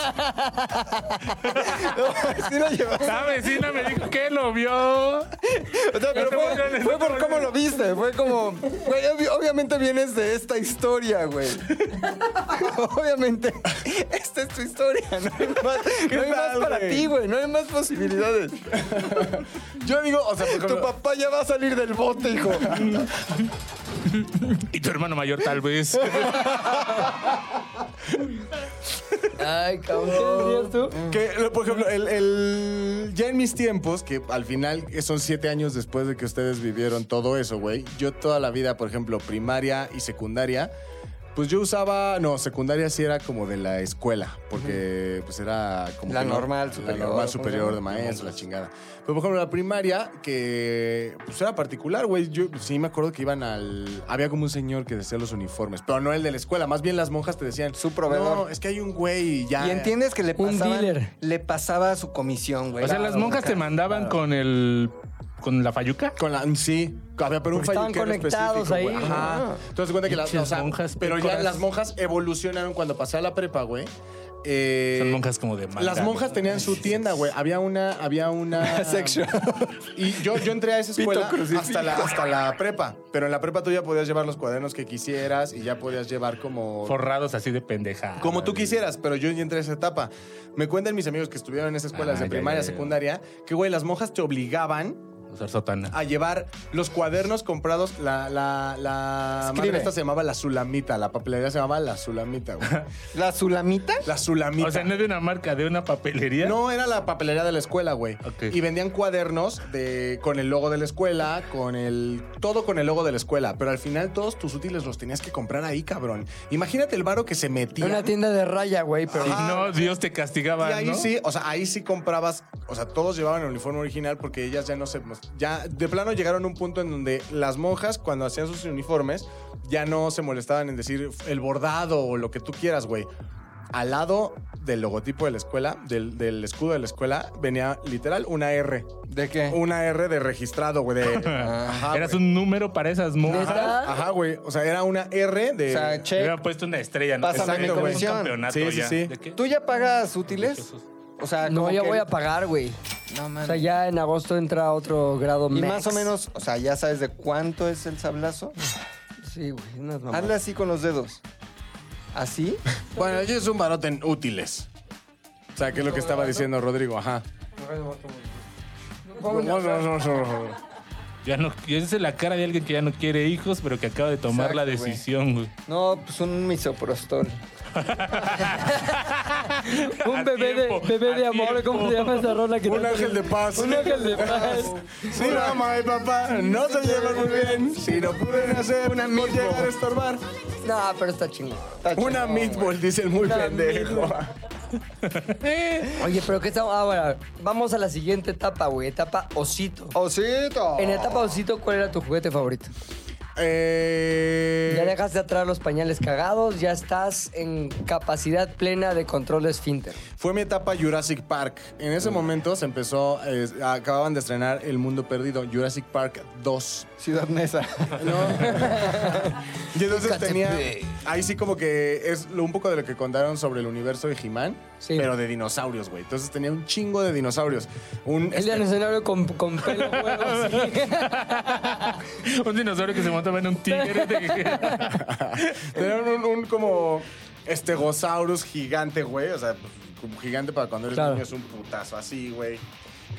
S2: sí lo llevaba.
S3: La vecina me dijo que lo vio.
S2: O sea, pero fue, fue por cómo lo viste. Fue como. Güey, obvi- obviamente vienes de esta historia, güey. obviamente, esta es tu historia. No hay más, no hay más
S4: tal,
S2: para
S4: güey?
S2: ti, güey. No hay más posibilidades.
S4: Yo digo, o sea, por
S2: Tu
S4: ejemplo,
S2: papá ya va a salir del bote, hijo.
S3: Y tu hermano mayor tal vez.
S1: Ay, cabrón. ¿Qué dirías tú?
S2: Mm.
S4: que, lo- por ejemplo, el, el- ya en mis tiempos, que al final son siete años después de que ustedes vivieron todo eso, güey, yo toda la vida, por ejemplo, primaria y secundaria, pues yo usaba, no, secundaria sí era como de la escuela, porque pues era como...
S2: La
S4: que no-
S2: normal
S4: La
S2: superior,
S4: normal
S2: ¿cómo se
S4: superior
S2: llama?
S4: de maestro, la chingada. Pero por ejemplo, la primaria, que pues era particular, güey, yo sí me acuerdo que iban al... Había como un señor que decía los uniformes, pero no el de la escuela, más bien las monjas te decían...
S2: Su proveedor.
S4: No, es que hay un güey y ya...
S2: Y entiendes que le
S1: Un
S2: pasaba,
S1: dealer.
S2: le pasaba su comisión, güey.
S3: O sea, las monjas te mandaban con el. con la fayuca.
S4: Con la, sí, había pero un
S1: Porque estaban
S4: falluquero
S1: conectados
S4: específico, güey.
S1: ahí.
S4: Ajá. Entonces cuenta que las
S3: Pinches
S4: o sea,
S3: monjas
S4: pero ya
S3: pícoras.
S4: las monjas evolucionaron cuando pasé a la prepa, güey. Eh,
S3: Son monjas como de manga,
S4: Las monjas
S3: güey.
S4: tenían su tienda, güey. Había una, había una
S2: Section.
S4: Y yo, yo entré a esa escuela
S2: Pito crucifijo.
S4: hasta la, hasta la prepa. Pero en la prepa tú ya podías llevar los cuadernos que quisieras y ya podías llevar como
S3: Forrados así de pendeja.
S4: como tú quisieras, pero yo ya entré a esa etapa. Me cuentan mis amigos que estuvieron en esa escuela
S3: Ah,
S4: desde
S3: ya,
S4: primaria,
S3: ya, ya.
S4: secundaria, que güey, las monjas te obligaban
S3: Usar sotana.
S4: a llevar los cuadernos comprados. La, la, la
S2: Escribe.
S4: madre esta se llamaba la Sulamita. La papelería se llamaba la Sulamita, güey.
S2: ¿La Zulamita?
S4: La Sulamita.
S3: O sea, no es de una marca, de una papelería.
S4: No, era la papelería de la escuela, güey.
S3: Ok.
S4: Y vendían cuadernos de, con el logo de la escuela, con el. Todo con el logo de la escuela. Pero al final todos tus útiles los tenías que comprar ahí, cabrón. Imagínate el varo que se metía.
S1: Una tienda de raya, güey, pero. ah,
S3: Si no, Dios te castigaba.
S4: Y ahí
S3: ¿no?
S4: sí, o sea, ahí sí comprabas, o sea, todos llevaban el uniforme original porque ellas ya no se, ya de plano llegaron a un punto en donde las monjas cuando hacían sus uniformes ya no se molestaban en decir el bordado o lo que tú quieras, güey. Al lado del logotipo de la escuela, del, del escudo de la escuela, venía literal una R.
S2: ¿De qué?
S4: Una R de registrado, güey. de- ajá,
S3: Eh. Eras
S4: güey.
S3: un número para esas monjas.
S1: ¿Neta?
S4: Ajá, güey. O sea, era una R de...
S2: O sea,
S3: Le
S2: che,
S3: hubieran puesto una estrella, ¿no?
S2: Pásame
S3: Exacto,
S4: mi
S3: güey.
S2: comisión.
S3: Un campeonato
S4: Sí, sí,
S3: ya.
S4: sí.
S3: ¿De qué?
S2: ¿tú ya pagas útiles? O sea,
S1: No,
S2: como
S1: ya
S2: que-
S1: voy a pagar, güey.
S2: No,
S1: O
S2: mames.
S1: sea, ya en agosto entra otro grado
S2: Y
S1: max.
S2: más o menos, o sea, ya sabes de cuánto es el sablazo.
S1: Sí, güey, unas mamadas.
S2: Hazle así con los dedos. ¿Así?
S4: Bueno, yo es un barote en útiles. O sea, que es lo que estaba diciendo Rodrigo, ajá.
S3: Ya no, ya esa es la cara de alguien que ya no quiere hijos, pero que acaba de tomar la
S2: Exacto, güey.
S3: decisión, güey.
S2: No, pues un misoprostol.
S3: A
S1: Un bebé de,
S3: tiempo,
S1: bebé
S3: a
S1: de amor, ¿cómo se
S3: tiempo.
S1: llama esa rola? Que
S4: Un
S1: tanto-
S4: ángel de paz.
S1: Un ángel de paz.
S4: Si mamá y papá no se llevan muy bien, si no pueden hacer una por llegar a estorbar.
S1: No, pero está chingón.
S2: Está
S4: Una
S2: chingón,
S4: meatball, dice el muy
S1: Una
S4: pendejo.
S1: meatball. Oye, pero ¿qué estamos? Ahora, vamos a la siguiente etapa, güey. Etapa osito.
S2: güey. ¡Osito!
S1: En la etapa osito, ¿cuál era tu juguete favorito? Ya
S4: Eh,
S1: dejaste atrás los pañales cagados, ya estás en capacidad plena de control de esfínter.
S4: fue mi etapa Jurassic Park. En ese momento se empezó, eh, acababan de estrenar El Mundo Perdido, Jurassic Park 2.
S2: Ciudad Nesa.
S4: Y entonces tenía.
S1: Catepec.
S4: Ahí sí, como que es lo- un poco de lo que contaron sobre el universo de He-Man,
S1: Sí.
S4: pero de dinosaurios, güey. Entonces tenía un chingo de dinosaurios. Un.
S1: El dinosaurio con, con pelo huevo, así.
S3: Un dinosaurio que se montaba en un tigre.
S4: Tenían un, un como estegosaurus gigante, güey. O sea, pues, como gigante para cuando eres
S1: Claro.
S4: niño es un putazo así, güey.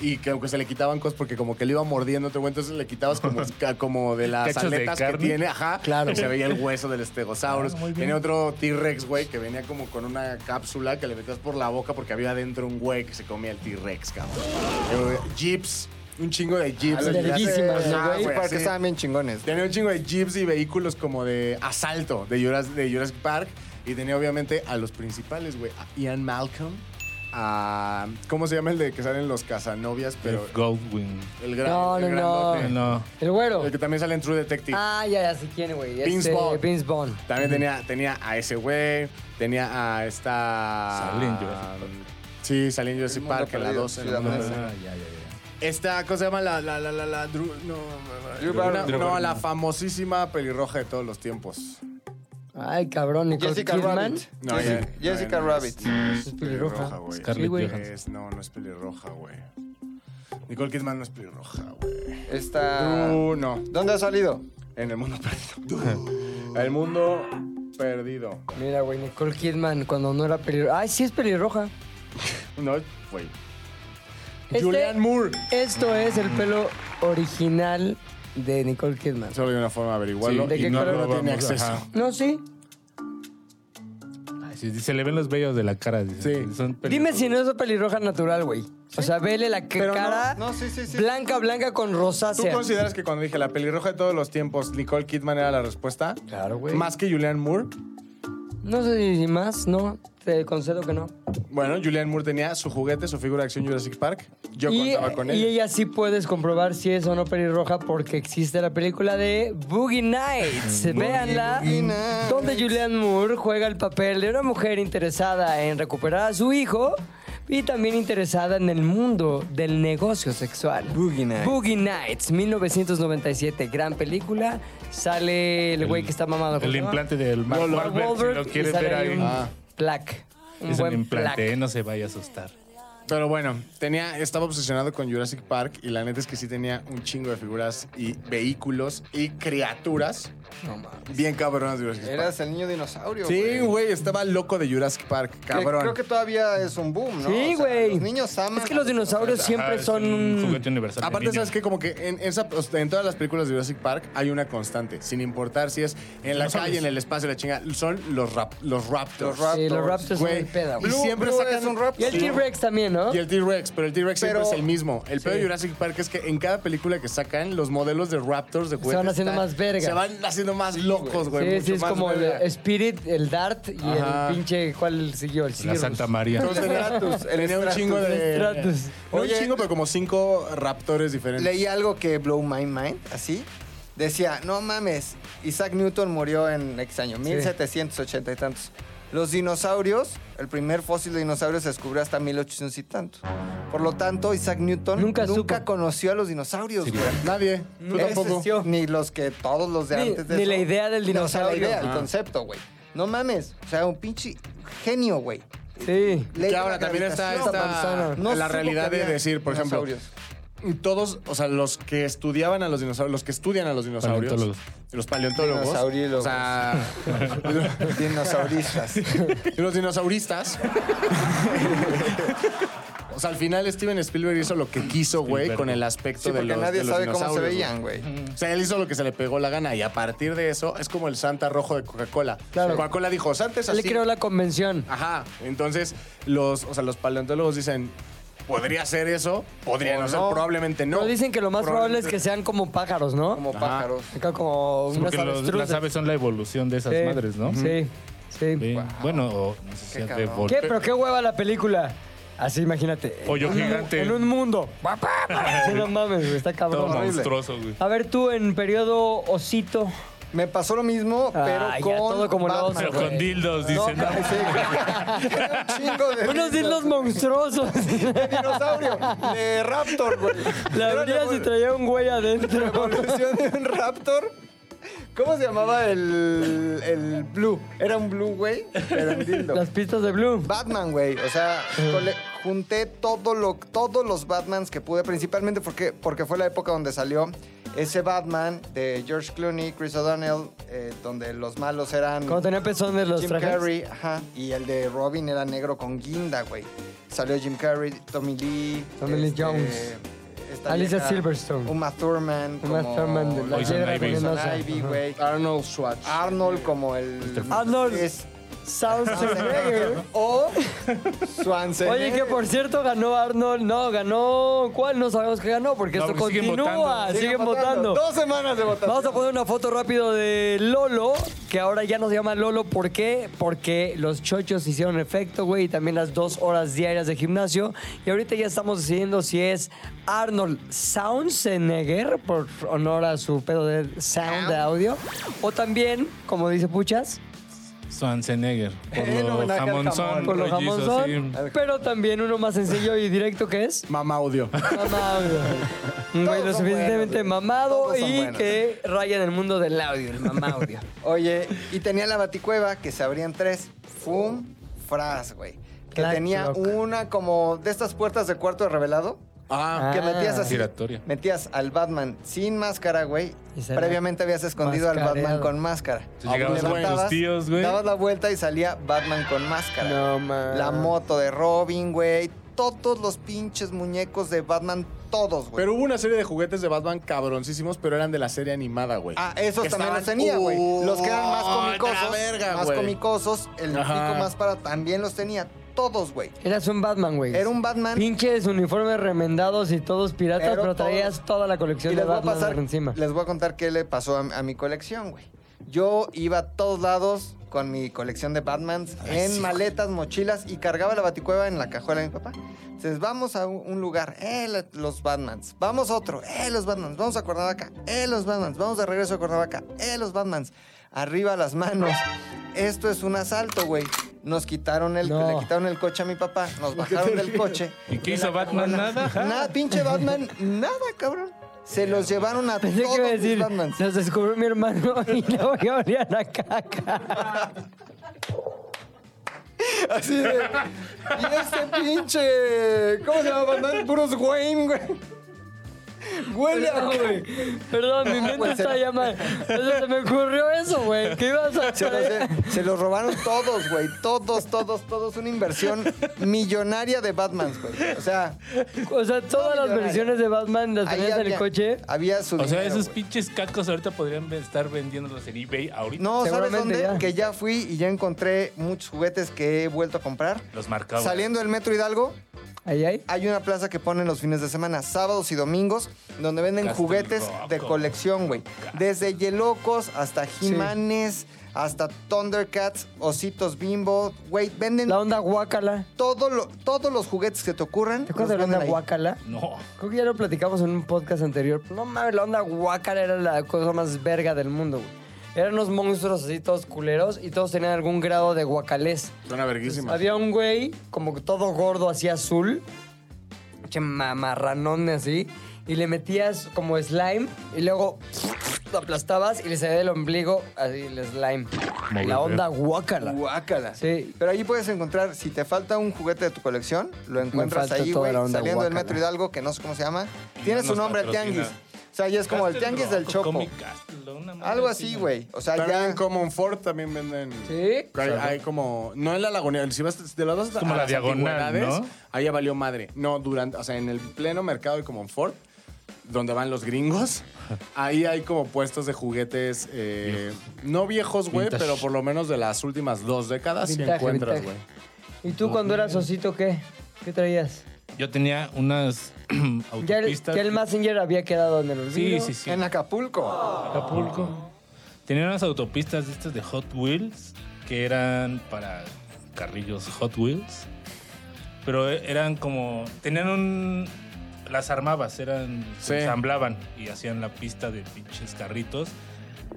S4: Y que aunque se le quitaban cosas porque como que le iba mordiendo, güey, entonces le quitabas como, ca- como de las
S3: Cachos de
S4: aletas que
S3: carne.
S4: tiene, ajá.
S1: Claro.
S4: Y se veía el hueso del estegosaurus.
S3: Ah, muy bien.
S4: Tenía otro T-Rex, güey, que venía como con una cápsula que le metías por la boca porque había adentro un güey que se comía el T-Rex, cabrón. Eh, Jeeps, un chingo de
S2: Ah,
S4: jeeps.
S1: los verguísimas, ¿no, Pues
S4: Ajá,
S1: güey?
S2: Sí,
S4: güey,
S2: porque
S4: así.
S2: estaban bien chingones.
S4: Tenía un chingo de jeeps y vehículos como de asalto de Jurassic, de Jurassic Park. Y tenía obviamente a los principales, güey. A Ian Malcolm. A. ¿Cómo se llama el de que salen los casanovias? Pero.
S3: Goldwing.
S4: El gran.
S1: No,
S4: el
S1: no, no.
S4: grandote.
S3: No.
S1: El güero.
S4: El que también sale en True Detective.
S1: Ah, ya, ya sé quién, güey.
S4: Vince
S1: Este,
S4: Vaughn.
S1: Vince Vaughn.
S4: También tenía, tenía a ese güey. Tenía a esta.
S3: Sale en Jurassic Park.
S4: Sí, salió en Jurassic
S2: El mundo
S4: Park, en la
S2: perdido,
S4: 2.
S2: Ciudad
S3: Ah,
S2: Nesa.
S3: ya, ya, ya.
S4: Esta, ¿cómo se llama? La, la, la, la, la Drew- no,
S2: Drew
S4: una-
S2: Barrymore.
S4: no, la famosísima pelirroja de todos los tiempos.
S1: Ay, cabrón, Nicole
S2: Jessica
S1: Kidman.
S2: Rabbit.
S4: No,
S2: Jessica,
S4: ya-
S2: Jessica
S4: no, ya no es.
S2: Rabbit.
S1: Es pelirroja.
S4: güey.
S1: Sí, güey.
S3: Johansson.
S4: Es- no, no es pelirroja, güey. Nicole Kidman no es pelirroja, güey.
S1: Ah.
S2: Esta...
S4: Drew, no.
S2: ¿Dónde ha salido?
S4: En el mundo perdido. el mundo perdido.
S1: Mira, güey, Nicole Kidman cuando no era pelirroja. Ay, sí es pelirroja.
S4: No, güey.
S1: Este-
S4: Julianne Moore.
S1: Esto es el pelo original de Nicole Kidman.
S4: Solo hay una forma de averiguarlo.
S1: Sí, ¿de
S4: y
S1: qué
S4: no,
S1: color?
S4: no tiene
S3: Vamos,
S4: acceso.
S3: ajá.
S1: No, sí.
S3: Ay, sí, se le ven los vellos de la cara. dice.
S4: Sí.
S3: Son
S1: Dime
S3: pelirrojos.
S1: si no es pelirroja natural, güey. O sea, vele la que-
S4: Pero no,
S1: cara
S2: no, sí, sí, sí.
S1: blanca, blanca con
S4: ¿Tú
S1: rosácea.
S4: consideras que cuando dije la pelirroja de todos los tiempos, Nicole Kidman era la respuesta?
S1: Claro, güey.
S4: Más que Julianne Moore.
S1: No sé si más, no. Te concedo que no.
S4: Bueno, Julianne Moore tenía su juguete, su figura de acción Jurassic Park. Yo
S1: y,
S4: contaba con
S1: y
S4: él.
S1: ella sí puedes comprobar si es o no pelirroja porque existe la película de Boogie Nights. Véanla. Mm. Donde Julianne Moore juega el papel de una mujer interesada en recuperar a su hijo y también interesada en el mundo del negocio sexual.
S2: Boogie Nights.
S1: Boogie Nights, 1997. Gran película. Sale el güey que está mamado. ¿cómo
S3: El
S1: se llama?
S3: implante del Mark
S1: Mark
S3: Wahlberg,
S1: Wahlberg,
S3: si lo
S1: y
S3: quieres
S1: sale
S3: ver ahí.
S1: Un
S4: Ah.
S1: plaque, Un
S3: es un
S1: buen
S3: implante,
S1: plaque.
S3: eh, no se vaya a asustar.
S4: Pero bueno, tenía, estaba obsesionado con Jurassic Park y la neta es que sí tenía un chingo de figuras y vehículos y criaturas bien cabronas de Jurassic Park.
S2: Eras el niño dinosaurio.
S4: Sí, güey, estaba loco de Jurassic Park,
S2: Que
S4: cabrón.
S2: Creo que todavía es un boom, ¿no? O
S1: Sí,
S2: sea,
S1: güey.
S2: los niños aman.
S1: Es que los dinosaurios
S3: Ajá,
S1: siempre
S3: Ah, es
S1: son
S3: un
S1: un-
S3: juguete universal. de
S4: Aparte,
S3: niño.
S4: ¿sabes qué? Como que en, esa- o sea, en todas las películas de Jurassic Park hay una constante, sin importar si es en la
S3: No sabes.
S4: calle, en el espacio, la chinga, son los, rap- los
S2: Los
S4: Raptors.
S2: Raptors.
S1: Sí, los Raptors son
S4: Güey,
S1: el pedo.
S4: y
S2: Blue-
S4: siempre
S2: Blue
S4: sacan
S2: es un Raptor.
S1: Y el
S4: Sí.
S1: T-Rex también, ¿no?
S4: Y el T-Rex, pero el T-Rex siempre
S2: Pero-
S4: es el mismo. El pedo de Jurassic Park es que en cada película que sacan, los modelos de Raptors de juguetes
S1: van haciendo
S4: están-
S1: más vergas.
S4: Se van haciendo más locos, güey.
S1: Sí, sí,
S4: mucho
S1: es
S4: más
S1: como el
S4: verga.
S1: Spirit, el Dart y
S4: Ajá.
S1: el pinche. ¿Cuál siguió? El
S3: La
S1: Cirrus.
S3: Santa María.
S4: Entonces, tenía un chingo de.
S1: Stratus.
S4: No
S2: Oye.
S4: un chingo, pero como cinco raptores diferentes.
S2: Leí algo que blow my mind, así. Decía, no mames, Isaac Newton murió en X año, 1780 y tantos. Los dinosaurios, el primer fósil de dinosaurios se descubrió hasta 1800 y tantos. Por lo tanto, Isaac Newton
S1: Nunca
S2: nunca,
S1: supo.
S2: conoció a los dinosaurios, güey.
S4: Nadie. Tú
S2: Ese
S4: tampoco.
S2: sí, Ni los que todos los de
S1: Ni-
S2: antes de
S1: ni
S2: eso.
S1: la idea del
S2: No, o sea, la
S1: dinosaurio.
S2: idea,
S1: Ah.
S2: el concepto, güey. No mames, o sea, un pinche genio, güey.
S1: Sí.
S2: Ley
S4: Que
S2: de
S4: ahora
S2: la
S4: también está
S2: gravitación.
S1: esta manzana.
S4: esta.
S2: No
S4: la
S2: supo
S4: realidad
S2: que
S4: de
S2: había
S4: decir, por ejemplo.
S2: dinosaurios.
S4: Y todos, o sea, los que estudiaban a los dinosaurios, los que estudian a los dinosaurios,
S3: Paleontólogos.
S4: los paleontólogos,
S2: Dinosauriólogos.
S4: o sea,
S2: Dinosauristas.
S4: y los dinosauristas. o sea, al final Steven Spielberg hizo lo que quiso, güey,
S3: Spielberg.
S4: con el aspecto
S2: Sí,
S4: de
S2: porque
S4: los
S2: nadie
S4: de los
S2: sabe cómo se
S4: dinosaurios,
S2: veían, güey.
S4: O sea, él hizo lo que se le pegó la gana y a partir de eso es como el Santa Rojo de Coca-Cola.
S1: Claro.
S4: Coca-Cola dijo, Santa es
S1: Él
S4: así.
S1: le creó la convención.
S4: Ajá. Entonces, los, o sea, los paleontólogos dicen, podría ser eso, podría
S2: O
S4: no, ser,
S2: no.
S4: probablemente no.
S1: Pero dicen que lo más probable es que sean como pájaros, ¿no?
S2: Como
S4: Ajá.
S2: pájaros.
S1: Acá como unas
S3: Pues Porque los-
S1: avestruces.
S3: las aves son la evolución de esas
S1: Sí,
S3: madres, ¿no?
S1: Sí, sí.
S3: Sí. Bueno, o no sé si
S2: Qué
S3: sea de
S2: cabrón.
S3: vol-
S1: ¿Qué? ¿Pero qué hueva la película? Así, imagínate. En
S3: Pollo
S1: un-
S3: gigante.
S1: En un mundo. Sí, no mames, güey, está
S3: Todo
S1: cabrón.
S2: horrible.
S3: monstruoso, güey.
S1: A ver, tú en periodo osito.
S2: Me pasó lo mismo, pero
S1: Ay,
S2: con
S1: ya, todo como
S2: Batman,
S1: los-
S3: Pero
S2: güey.
S3: con dildos,
S2: No,
S3: dicen. ¿no?
S2: sí, güey. Era un chingo de
S1: Unos dildos monstruosos.
S2: dinosaurio, de raptor, güey.
S1: La
S2: Era
S1: abrías y
S2: evol-
S1: traía un güey adentro.
S2: evolución de un raptor. ¿Cómo se llamaba el, el blue? Era un blue, güey, pero un dildo.
S1: Las pistas de Blue.
S2: Batman, güey. O sea, cole- junté todo lo, todos los Batmans que pude, principalmente porque, porque fue la época donde salió ese Batman de George Clooney, Chris O'Donnell, eh, donde los malos eran
S1: Cuando tenía pezones los
S2: Jim
S1: trajes.
S2: Carrey, ajá, y el de Robin era negro con guinda, güey. Salió Jim Carrey, Tommy Lee, este,
S1: Tommy Lee Jones.
S2: esta
S1: Alicia
S2: vieja,
S1: Silverstone.
S2: Uma Thurman,
S1: Uma
S2: como
S1: Thurman de la
S3: Poison
S1: Piedra
S3: Ivy.
S2: Poison
S1: Venenosa.
S2: Ivy,
S1: Ajá.
S2: güey.
S4: Arnold Schwartz.
S2: Arnold como el
S1: Arnold.
S2: es-
S1: Schwarzenegger.
S2: o Swanson.
S1: Oye, que por cierto ganó Arnold. No, ganó. ¿Cuál? No sabemos qué ganó porque
S3: No,
S1: esto
S3: porque siguen
S1: continúa.
S3: votando.
S1: Siguen, votando.
S2: Dos semanas de votación.
S1: Vamos a poner una foto rápido de Lolo, que ahora ya nos llama Lolo. ¿Por qué? Porque los chochos hicieron efecto, güey, y también las dos horas diarias de gimnasio. Y ahorita ya estamos decidiendo si es Arnold Schwarzenegger, por honor a su pedo de sound, de audio, o también, como dice Puchas,
S3: Schwarzenegger. Por
S2: En
S3: lo
S2: homenaje al Eh, jamón.
S3: jamonzón.
S1: por lo
S3: rollizo,
S1: jamonzón,
S3: sí.
S1: pero también uno más sencillo y directo que es
S2: Ah,
S4: Mamá audio.
S1: Mamado. Un güey lo
S2: Todos son
S1: suficientemente
S2: buenos, güey.
S1: mamado
S2: Todos son
S1: y
S2: buenos.
S1: que raya en el mundo del audio, el mamaudio.
S2: Oye, y tenía la baticueva que se abrían tres. Fum, fras, güey. Que
S1: Clac,
S2: tenía
S1: cloc.
S2: una como de estas puertas de cuarto de revelado.
S4: Ah.
S2: Que
S1: Ah.
S2: metías así.
S3: Giratoria.
S2: Metías al Batman sin máscara, güey.
S1: Y se
S2: Previamente habías escondido al
S1: mascareado.
S2: Batman con máscara.
S3: Te llegabas con
S2: Levantabas,
S3: tus tíos, güey.
S2: Dabas la vuelta y salía Batman con máscara.
S1: No, man.
S2: La moto de Robin, güey. Todos los pinches muñecos de Batman, todos, güey.
S4: Pero hubo una serie de juguetes de Batman cabroncísimos, pero eran de la serie animada, güey.
S2: Ah, esos
S4: Que
S2: también los
S4: estaban-
S2: tenía, güey.
S4: ¡Uh!
S2: los que eran más comicosos.
S4: ¡La verga,
S2: más
S4: güey!
S2: comicosos. El
S4: Ajá.
S2: pico más para también los tenía. Todos, güey.
S1: Eras un Batman, güey.
S2: Era un Batman.
S1: Pinches uniformes remendados y todos piratas,
S2: Pero
S1: pero traías
S2: todos-
S1: toda la colección
S2: Y
S1: de
S2: les voy, a
S1: Batman
S2: pasar,
S1: por encima.
S2: les voy a contar qué le pasó a, a mi colección, güey. Yo iba a todos lados con mi colección de Batmans en maletas, mochilas y cargaba la baticueva en la cajuela de mi papá. Entonces, vamos a un un lugar, eh, la- los Batmans. Vamos a otro, eh, los Batmans. Vamos a Cuernavaca, eh, los Batmans. Vamos de regreso a Cuernavaca, eh, los Batmans. Arriba las manos. Esto es un asalto, güey. Nos quitaron el,
S1: No.
S2: le quitaron el coche a mi papá, nos bajaron del coche.
S3: ¿Y qué hizo Batman? Nada.
S2: Nada, pinche Batman, nada, cabrón. Se los llevaron a
S1: Pensé que
S2: todos
S1: iba a
S2: mis
S1: decir,
S2: Batmans.
S1: nos descubrió mi hermano y luego yo olía la caca.
S2: Así de. Y este pinche. ¿Cómo se llama Batman? Puros Wayne, güey. Huele a güey.
S1: Perdón, mi mente
S2: güey, se
S1: está
S2: lo-
S1: ya mal. Eso se me ocurrió eso, güey. ¿Qué ibas a
S2: Se los,
S1: hacer?
S2: se los robaron todos, güey. Todos, todos, todos. Una inversión millonaria de Batmans, güey. O sea,
S1: O sea, todas las
S2: millonario.
S1: versiones de Batman las
S2: ahí
S1: tenías en el coche.
S2: había su.
S3: O sea,
S2: dinero,
S3: esos
S2: güey.
S3: pinches cacos ahorita podrían estar vendiéndolos en eBay ahorita.
S2: No, ¿sabes
S1: Seguramente
S2: dónde?
S1: ya.
S2: Que ya fui y ya encontré muchos juguetes que he vuelto a comprar.
S3: Los marcados.
S2: Saliendo del Metro Hidalgo,
S1: Ahí, ahí.
S2: hay una plaza que ponen los fines de semana, sábados y domingos, donde venden
S3: Castle
S2: juguetes
S3: Rock,
S2: de
S3: ¿o?
S2: colección, güey. Desde Yelocos hasta Jimanes, hasta Thundercats, Ositos Bimbo, güey, venden
S1: La onda guácala.
S2: todo lo- todos los juguetes que te ocurran.
S1: ¿Te acuerdas de la
S2: los
S1: onda
S2: venden ahí.
S1: guácala?
S3: No.
S1: Creo que ya lo platicamos en un podcast anterior. No mames, la onda guácara era la cosa más verga del mundo, güey. Eran unos monstruos así, todos culeros, y todos tenían algún grado de guacalés.
S4: Suena verguísima.
S1: Había un güey, como que todo gordo, así azul, che mamarranón así, y le metías como slime, y luego lo aplastabas y le salía del ombligo así el slime.
S3: Muy bien.
S1: La onda guácala.
S2: Guácala.
S1: Sí.
S2: Pero ahí puedes encontrar, si te falta un juguete de tu colección, lo encuentras
S1: falta
S2: ahí,
S1: toda
S2: güey,
S1: la onda
S2: saliendo del
S1: guácala.
S2: metro Hidalgo, que no sé cómo se llama. Tiene su
S3: Nos
S2: nombre el
S3: patrocina.
S2: tianguis. O sea, ya es como el tianguis del chopo. Algo así, güey. O sea,
S4: También
S2: ya...
S4: en Common Ford también venden.
S1: Sí.
S4: Hay, hay como. No en la lagunera. Si vas de las dos
S3: como
S4: a
S3: la
S4: las
S3: diagonal,
S4: antigüedades,
S3: ¿no?
S4: Ahí ya valió madre. No, durante. O sea, en el pleno mercado de Common Ford, donde van los gringos, ahí hay como puestos de juguetes. eh, no viejos, güey,
S3: Vintage.
S4: pero por lo menos de las últimas dos décadas sí
S1: Vintage,
S4: encuentras, güey.
S1: vintage. ¿Y tú cuando eras osito qué? ¿Qué traías?
S3: Yo tenía unas
S1: Ya el,
S3: autopistas.
S1: ya el Messenger había quedado en el
S3: Sí,
S1: olvido.
S3: sí, sí.
S2: En Acapulco.
S3: Acapulco. Tenía unas autopistas de estas de Hot Wheels que eran para carrillos Hot Wheels. Pero e- eran como. Tenían un. Las armabas, eran.
S4: Sí.
S3: Se ensamblaban y hacían la pista de pinches carritos.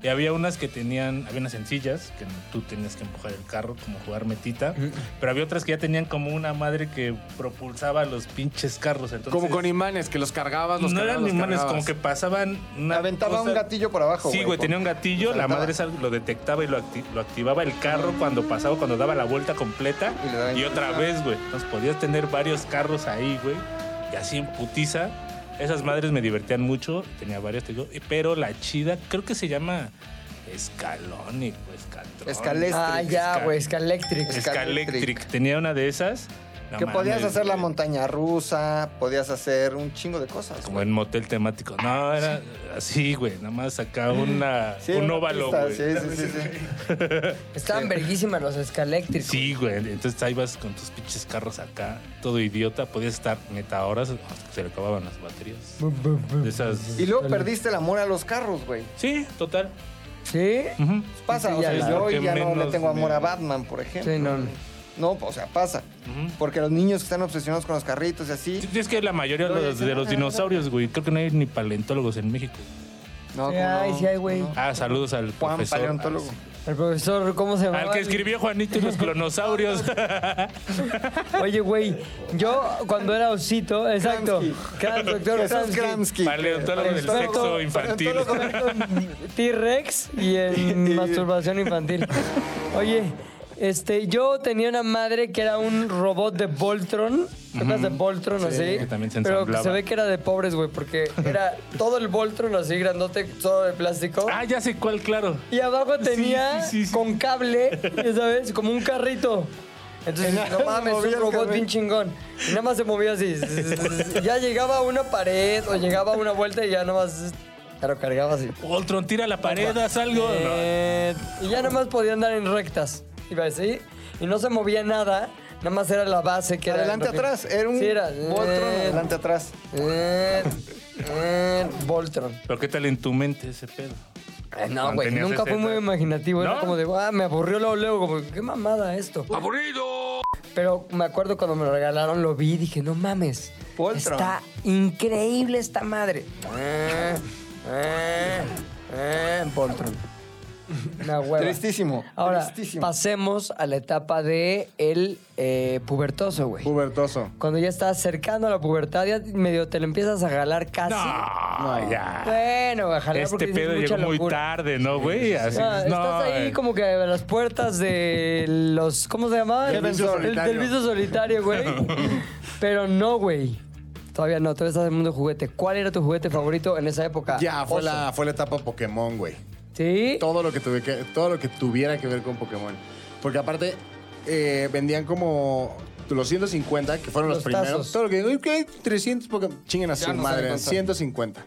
S3: Y había unas que tenían. Había unas sencillas que tú tenías que empujar el carro, como jugar metita. Pero había otras que ya tenían como una madre que propulsaba los pinches carros. Entonces,
S4: como con imanes, que los cargabas, los
S3: no
S4: cargabas,
S3: eran
S4: los
S3: imanes,
S4: cargabas.
S3: como que pasaban una
S2: Aventaba
S3: cosa-
S2: un gatillo por abajo,
S3: Sí, güey,
S2: por-
S3: tenía un gatillo, la
S2: aventaba.
S3: madre esa lo detectaba y lo, acti- lo activaba el carro cuando pasaba, cuando daba la vuelta completa
S2: Y le daba en-
S3: y, otra vez, güey. Entonces podías tener varios carros ahí, güey, y así en putiza. Esas madres me divertían mucho, tenía varios, te digo, eh, pero la chida, creo que se llama Escalonic, güey, Escatronic.
S2: Escalés-
S1: Ah, ya,
S3: Esca-
S1: güey,
S3: Este.
S1: Scalectric.
S3: Escalectric. Tenía una de esas. No
S2: que podías
S3: mames,
S2: hacer la
S3: güey.
S2: montaña rusa, podías hacer un chingo de cosas.
S3: Como
S2: güey.
S3: en motel temático. No, era así, güey. Nada más acá una,
S2: Sí,
S3: un
S2: una
S3: óvalo,
S2: pista,
S3: güey.
S2: Sí, sí, sí, sí.
S1: Estaban verguísimas los Scalectric.
S3: Sí, güey. Entonces ahí vas con tus pinches carros acá, todo idiota. Podías estar neta horas hasta que se le acababan las baterías. De esas.
S2: Y luego perdiste el amor a los carros, güey.
S3: Sí, total.
S1: ¿Sí?
S3: Ujú.
S2: Pasa,
S1: Sí,
S2: o
S1: ya
S2: sea,
S1: la-
S2: yo
S3: porque
S2: ya no le
S3: menos
S2: tengo amor
S3: me-
S2: a Batman, por ejemplo.
S1: Sí, no. no.
S2: No, o sea, pasa. Porque los niños que están obsesionados con los carritos y así.
S3: Es que la mayoría de los, de los dinosaurios, güey. Creo que no hay ni paleontólogos en México.
S2: No,
S1: Sí,
S2: ¿cómo no?
S1: ay, sí hay, güey.
S3: Ah, saludos al
S2: Juan
S3: profesor. Ah,
S2: paleontólogo.
S1: El profesor, ¿cómo se llama?
S3: Al que escribió Juanito y los clonosaurios.
S1: Oye, güey, yo cuando era osito, exacto.
S2: Kramsky.
S1: Kramsky, doctor
S2: Jesús
S1: Kramsky.
S2: Kramsky.
S3: Paleontólogo del
S1: Paleontólogo-
S3: sexo infantil.
S1: paleontólogo en T-Rex y en masturbación infantil. Oye, este, yo tenía una madre que era un robot de Voltron. ¿Te acuerdas de Voltron así?
S3: que también se
S1: Pero que
S3: ensamblaba.
S1: se ve que era de pobres, güey, porque era todo el Voltron así grandote, todo de plástico.
S3: Ah, ya sé cuál, claro.
S1: Y abajo tenía
S3: sí, sí, sí.
S1: con cable, ya sabes, como un carrito. Entonces, no mames,
S2: movía
S1: un
S2: el
S1: robot
S2: cable.
S1: bien chingón. Y nada más se movía así. ya llegaba a una pared o llegaba a una vuelta y ya nada más ya lo cargaba así.
S3: Voltron, tira la pared, haz algo. No.
S1: Eh, y ya nada más podía andar en rectas. Iba así. Y no se movía nada. Nada más era la base que
S2: Adelante
S1: era.
S2: atrás, era un
S1: Sí, era.
S2: Voltron
S1: Eh,
S2: adelante atrás.
S1: eh, eh, Voltron.
S3: Pero qué tal en tu mente ese pedo.
S1: Ay, Eh, No,
S3: Cuando
S1: güey,
S3: tenías
S1: nunca
S3: esa
S1: fui muy
S3: edad.
S1: imaginativo. Era
S3: ¿No?
S1: como de, ah, me aburrió luego, luego, como, qué mamada esto. ¡Aburrido! Pero me acuerdo cuando me lo regalaron, lo vi y dije, no mames.
S2: Voltron.
S1: Está increíble esta madre. Ah, ah, ah, Voltron. Una hueva.
S2: Tristísimo.
S1: Ahora,
S2: tristísimo.
S1: pasemos a la etapa de el eh, pubertoso, güey.
S4: Pubertoso.
S1: Cuando ya estás cercano a la pubertad, ya medio te lo empiezas a jalar casi.
S3: No,
S4: Ah,
S3: ya.
S1: Bueno, a jalar
S3: Este
S1: porque dices,
S3: pedo
S1: "Mucha
S3: llegó muy
S1: locura".
S3: tarde, ¿no, güey? Así
S1: Ah,
S3: es, no,
S1: estás ahí
S3: eh.
S1: como que a las puertas de los. ¿Cómo se llamaba?
S4: Del vicio
S1: El- Del
S4: solitario.
S1: vicio solitario, güey. Pero no, güey. Todavía no, todavía estás en el mundo juguete. ¿Cuál era tu juguete favorito en esa época?
S4: Ya, fue
S1: Oso.
S4: la, fue la etapa Pokémon, güey.
S1: ¿Sí?
S4: todo lo que, tuve que- todo lo que tuviera que ver con Pokémon. Porque aparte, eh, vendían como los 150, que fueron los,
S1: Los
S4: primeros.
S1: tazos.
S4: Todo lo que ok, 300 Pokémon. Chinguen a
S2: Ya
S4: su
S2: no saben
S4: madre,
S2: contar.
S4: 150.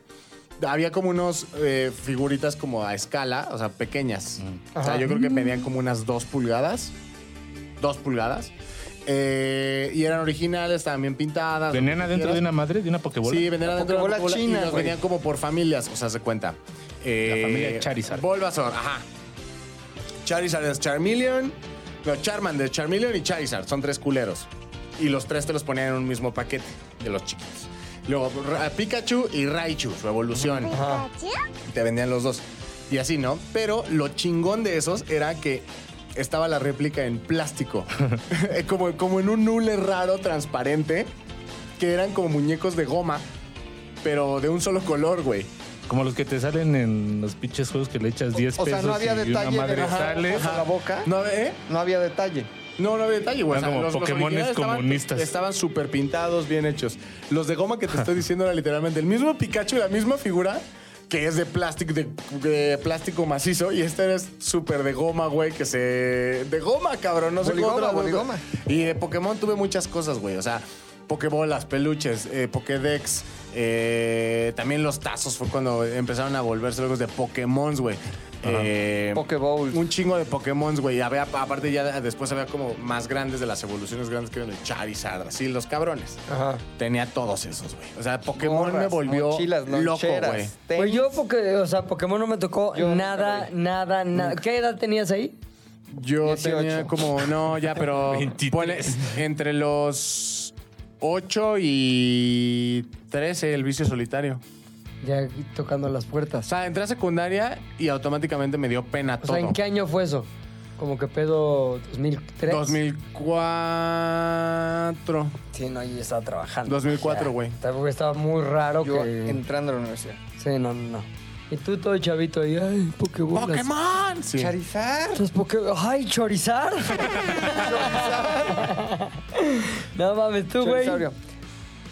S4: Había como unos eh, figuritas como a escala, o sea, pequeñas. O sea,
S1: Ajá.
S4: yo creo que medían como unas 2 pulgadas. 2 pulgadas. Eh, y eran originales, estaban bien pintadas. lo
S3: ¿Venían
S4: que
S3: adentro de
S4: quieras.
S3: una madre, de una pokebola?
S4: Sí, vendían adentro de
S2: Pokébola
S4: la Pokébola
S2: china,
S4: y los
S2: güey.
S4: vendían como por familias, o sea, se cuenta. Eh,
S3: familia Charizard.
S4: Bulbasaur, ajá. Charizard es Charmeleon, no, Charmander, Charmeleon y Charizard, son tres culeros. Y los tres te los ponían en un mismo paquete de los chiquitos. Luego Ra- Pikachu y Raichu, su evolución. Te vendían los dos. Y así, ¿no? Pero lo chingón de esos era que estaba la réplica en plástico. como, como en un nule raro, transparente, que eran como muñecos de goma, pero de un solo color, güey.
S3: Como los que te salen en los pinches juegos que le echas 10
S2: O
S3: pesos
S2: sea, no había
S3: y una
S2: detalle
S3: madre
S2: de los
S3: sale.
S2: ojos a la boca. No,
S4: No, ¿eh?
S2: había detalle.
S4: No, no había detalle, güey.
S3: Eran como Pokémones
S4: originales estaban-
S3: comunistas.
S4: Estaban súper pintados, bien hechos. Los de goma que te estoy diciendo era literalmente el mismo Pikachu y la misma figura que es de plástico, de, de plástico macizo. Y este es súper de goma, güey, que se... De goma, cabrón. No sé
S2: Boligoma,
S4: otra-
S2: boligoma.
S4: Y de Pokémon tuve muchas cosas, güey. O sea, Pokébolas, peluches, eh, Pokédex. eh, también los tazos fue cuando empezaron a volverse locos de Pokémon, güey. Eh,
S2: Pokéballs.
S4: un chingo de Pokémon, güey. Había- Aparte, ya después había como más grandes de las evoluciones grandes que eran el Charizard, así, los cabrones.
S2: Ajá.
S4: Tenía todos esos, güey. O sea, Pokémon me
S2: Gorras,
S4: volvió
S2: mochilas,
S4: loco,
S2: loncheras,
S4: güey.
S2: tenis.
S1: Pues yo, porque, o sea, Pokémon no me tocó
S2: Yo
S1: nada,
S2: nunca
S1: nada, nada. ¿Qué edad tenías ahí?
S4: Yo
S2: 18.
S4: tenía como, no, ya, pero.
S3: 23.
S4: pones entre los 8 y 13, el vicio solitario.
S1: Ya tocando las
S4: O
S1: puertas.
S4: sea, entré a secundaria y automáticamente me dio pena
S1: O
S4: todo.
S1: sea, ¿en qué año fue eso? Como que pedo 2003.
S4: 2004.
S1: Sí, no, yo estaba trabajando.
S4: 2004,
S1: Ya.
S4: güey.
S1: Tampoco estaba muy raro
S2: Yo
S1: que...
S2: entrando a la universidad.
S1: Sí, no, no, no. Y tú todo chavito ahí, ay, Pokébolas.
S4: ¡Pokémon! Sí.
S2: Charizard.
S1: Entonces, ¿por qué? ¡Ay, chorizar! no mames, tú, güey.
S2: Charizard.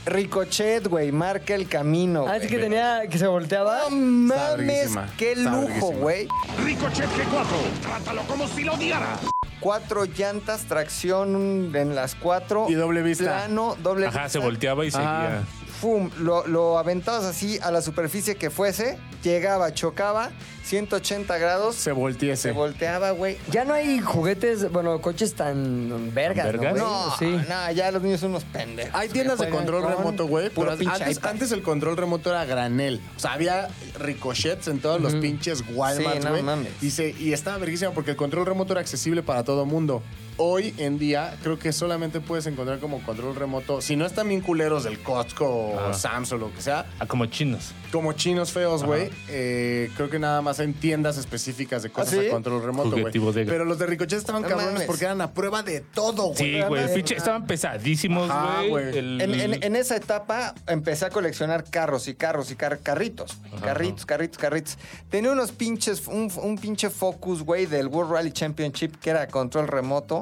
S2: Ricochet, güey, marca el camino.
S1: Ah,
S2: güey.
S1: es que tenía, que se volteaba.
S4: Ah,
S2: No mames,
S4: verguísima,
S2: qué
S4: está
S2: lujo,
S4: verguísima.
S2: güey.
S6: Ricochet G4, trátalo como si lo odiara.
S2: Cuatro llantas, tracción en las cuatro.
S4: Y doble vista.
S2: Plano, doble
S3: Ajá,
S2: vista.
S3: se volteaba y seguía.
S4: Ah.
S2: Fum, lo, lo aventabas así a la superficie que fuese, llegaba, chocaba, 180 grados,
S4: Se
S2: se,
S4: voltease.
S2: volteaba, güey.
S1: Ya no hay juguetes, bueno, coches tan vergas,
S3: ¿Vergas?
S1: ¿no, güey?
S2: No,
S1: Sí.
S2: no, ya los niños son unos pendejos.
S4: Hay tiendas
S2: que
S4: de
S2: juegan
S4: control
S2: con
S4: remoto, güey.
S2: puro
S4: Pero
S2: pinche
S4: antes,
S2: iPad.
S4: antes el control remoto era granel. O sea, había ricochets en todos los pinches Walmart,
S2: Sí, no
S4: güey.
S2: mames.
S4: y, se- y estaba verguísima porque el control remoto era accesible para todo mundo. Hoy en día, creo que solamente puedes encontrar como control remoto, si no están bien culeros del Costco o
S3: Ah.
S4: Samsung o lo que sea,
S3: Ah, como chinos.
S4: como chinos feos, güey. eh, creo que nada más en tiendas específicas de cosas
S2: ¿Ah, sí?
S4: a control remoto, güey.
S3: Juguete y bodega.
S4: Pero los de ricochet estaban
S2: No
S4: cabrones
S2: mames.
S4: porque eran a prueba de todo, güey.
S3: Sí, güey.
S2: Además-
S3: pinche- Estaban pesadísimos,
S4: Ajá,
S3: güey.
S4: güey.
S3: El-
S2: En, en- en esa etapa empecé a coleccionar carros y carros y car- carritos. güey. Carritos, carritos, carritos. Tenía unos pinches, un, un pinche Focus, güey, del World Rally Championship que era control remoto.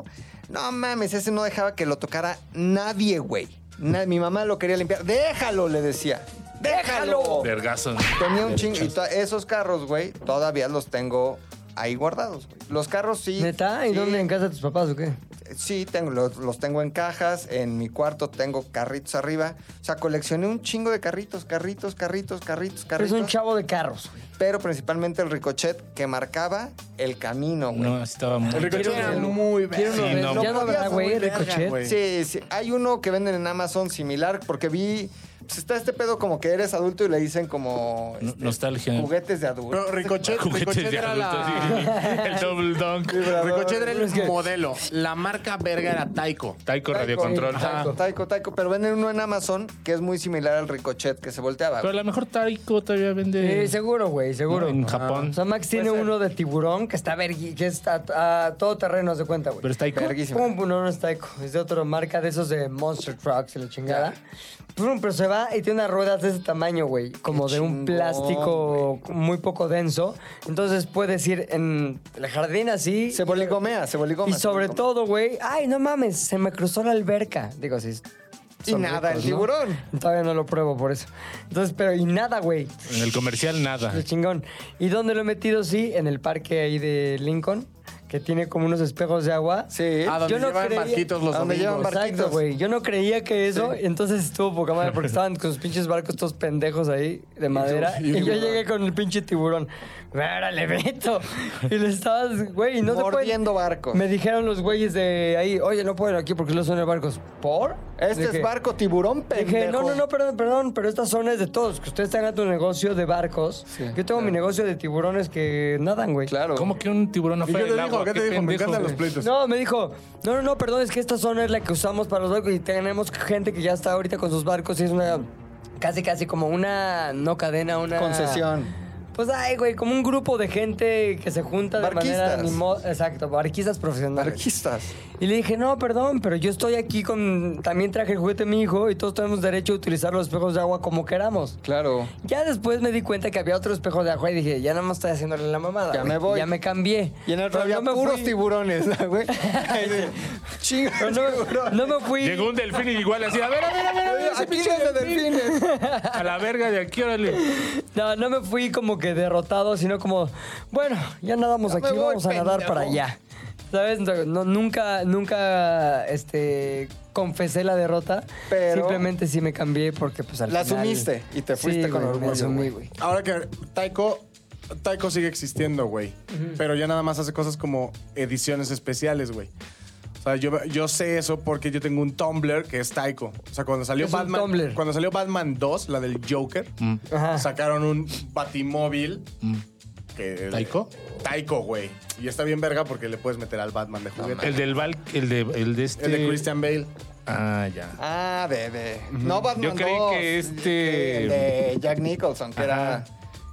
S2: No mames, ese no dejaba que lo tocara nadie, güey. Na- mi mamá lo quería limpiar. Déjalo, le decía. Déjalo.
S3: Vergazo.
S2: Tenía un chingo. Y to- esos carros, güey, todavía los tengo ahí guardados, güey. Los carros sí.
S1: ¿Neta? ¿Y
S2: sí,
S1: dónde? ¿En casa de tus papás o qué?
S2: Sí, tengo, los, los tengo en cajas, en mi cuarto tengo carritos arriba. O sea, coleccioné un chingo de carritos, carritos, carritos, carritos,
S1: Eres
S2: carritos.
S1: un chavo de carros, güey.
S2: Pero principalmente el ricochet que marcaba el camino, güey.
S3: No, estaba muy.
S4: El ricochet
S1: Quiero
S4: era
S1: uno.
S4: muy
S1: Quiero uno
S3: Sí,
S1: de esos.
S3: no.
S1: Ya no
S2: Podías,
S1: habrá, güey,
S4: muy verga,
S1: ricochet.
S4: güey.
S2: Sí, sí. Hay uno que venden en Amazon similar porque vi... Pues está este pedo como que eres adulto y le dicen como...
S3: No-
S2: este,
S3: nostalgia.
S2: Juguetes de adulto.
S4: Pero Ricochet,
S3: Juguetes
S4: Ricochet
S3: de
S4: era
S3: adultos.
S4: la...
S3: sí. El double dunk.
S4: Ricochet era
S1: Es que-
S4: el modelo. La marca verga era Taiko.
S2: Taiko,
S3: Taiko radiocontrol.
S2: Taiko,
S1: Ah.
S3: Ajá.
S2: Taiko, Taiko. Pero venden uno en Amazon que es muy similar al ricochet que se volteaba.
S3: Pero a lo mejor Taiko todavía vende.
S1: Sí, Eh, seguro, güey, seguro.
S3: En
S1: O
S3: Japón.
S1: sea, Max tiene uno de tiburón que está vergui, que está a, a todo terreno, haz de cuenta, güey.
S3: Pero es Taiko.
S2: Verguísima.
S1: Pum, pum, no, no es Taiko. Es de otra marca de esos de Monster Trucks y la chingada. Pum, pero se va y tiene unas ruedas de ese tamaño, güey. Como
S2: Qué
S1: de
S2: chingón,
S1: un plástico muy poco denso. Entonces puedes ir en el jardín así.
S2: Se boligomea, se boligoma.
S1: y
S2: se
S1: sobre
S2: boligoma.
S1: todo, güey, ay, no mames, se me cruzó la alberca. Digo, sí.
S2: Y
S1: son
S2: nada, el
S1: ¿no?
S2: tiburón.
S1: Todavía no lo pruebo por eso. Entonces, pero y nada, güey.
S3: En el comercial nada.
S1: Qué chingón. ¿Y dónde lo he metido? Sí, en el parque ahí de Lincoln, que tiene como unos espejos de agua.
S2: Sí.
S4: A Ah, donde
S1: Yo no
S4: llevan
S1: creía-
S4: barquitos los
S2: A donde llevan
S4: domingos.
S2: barquitos.
S1: Exacto, güey. Yo no creía que eso, y entonces estuvo poca madre, porque estaban con sus pinches barcos todos pendejos ahí de madera.
S4: y
S1: Y, yo
S4: tiburón.
S1: llegué con el pinche tiburón. ¡Órale, Beto! Y le estabas, güey, y no te pueden-
S2: Mordiendo barcos.
S1: Me dijeron los güeyes de ahí, oye, no pueden aquí porque no son de barcos. ¿Por?
S2: Este
S1: Dije-
S2: es barco tiburón, pendejo.
S1: Dije, no, no, no, perdón, perdón, pero esta zona es de todos. Que ustedes tengan tu negocio de barcos. Yo tengo mi negocio de tiburones que nadan, güey.
S2: Claro.
S3: ¿Cómo que un tiburón
S4: ¿Y
S3: afuera
S4: qué
S3: del
S4: te dijo?
S3: agua?
S4: ¿Qué te dijo? Me
S3: pendejo,
S4: encantan los
S3: güey.
S4: pleitos.
S1: No, me dijo, no, no, no, perdón, es que esta zona es la que usamos para los barcos y tenemos gente que ya está ahorita con sus barcos y es una, casi, casi como una, no cadena, una...
S2: Concesión.
S1: Pues ay, güey, como un grupo de gente que se junta de manera
S2: Barquistas.
S1: animo- exacto, barquistas profesionales.
S2: Anarquistas.
S1: Y le dije, "No, perdón, pero yo estoy aquí con también traje el juguete de mi hijo y todos tenemos derecho a utilizar los espejos de agua como queramos."
S2: Claro.
S1: Ya después me di cuenta que había otro espejo de agua y dije, "Ya no me estoy haciéndole la mamada."
S2: Ya
S1: güey,
S2: me voy.
S1: Ya me cambié.
S2: Y en el otro
S1: Pero
S2: había
S1: no me
S2: puros
S1: fui-
S2: tiburones, ¿no, güey. Chingo.
S1: pero no, no me fui.
S3: Llegó un delfín y igual así, a ver, a ver, a ver, a ver, ese
S2: Aquí
S3: pinche
S2: no es de
S3: delfín.
S2: delfines.
S3: A la verga de aquí, órale.
S1: No, no me fui como que derrotado, sino como, bueno, ya nadamos
S2: me
S1: aquí,
S2: voy,
S1: vamos a nadar
S2: pendejo.
S1: para allá. ¿Sabes? No, nunca, nunca, este, confesé la derrota.
S2: Pero-
S1: Simplemente sí me cambié porque, pues, al
S2: La
S1: final-
S2: asumiste y te fuiste
S1: Sí,
S2: con
S1: güey, me
S2: orgullo,
S1: asumí,
S2: güey.
S1: güey.
S4: Ahora que Taiko, Taiko sigue existiendo, güey. Pero ya nada más hace cosas como ediciones especiales, güey. O sea, yo, yo sé eso porque yo tengo un Tumblr que es Taiko. O sea, cuando salió
S1: Es un
S4: Batman.
S1: Tumblr.
S4: Cuando salió Batman 2, la del Joker,
S1: Ajá.
S4: sacaron un batimóvil.
S1: Mm.
S4: Que,
S3: ¿Taiko?
S4: Taiko, güey. Y está bien verga porque le puedes meter al Batman de juguete.
S3: El del Val, el de, el de este.
S4: el de Christian Bale.
S3: Ah, ya.
S2: Ah, bebé. No, Batman
S3: Yo creí
S2: 2,
S3: que este-
S2: que el de Jack Nicholson, que era.
S3: Ajá.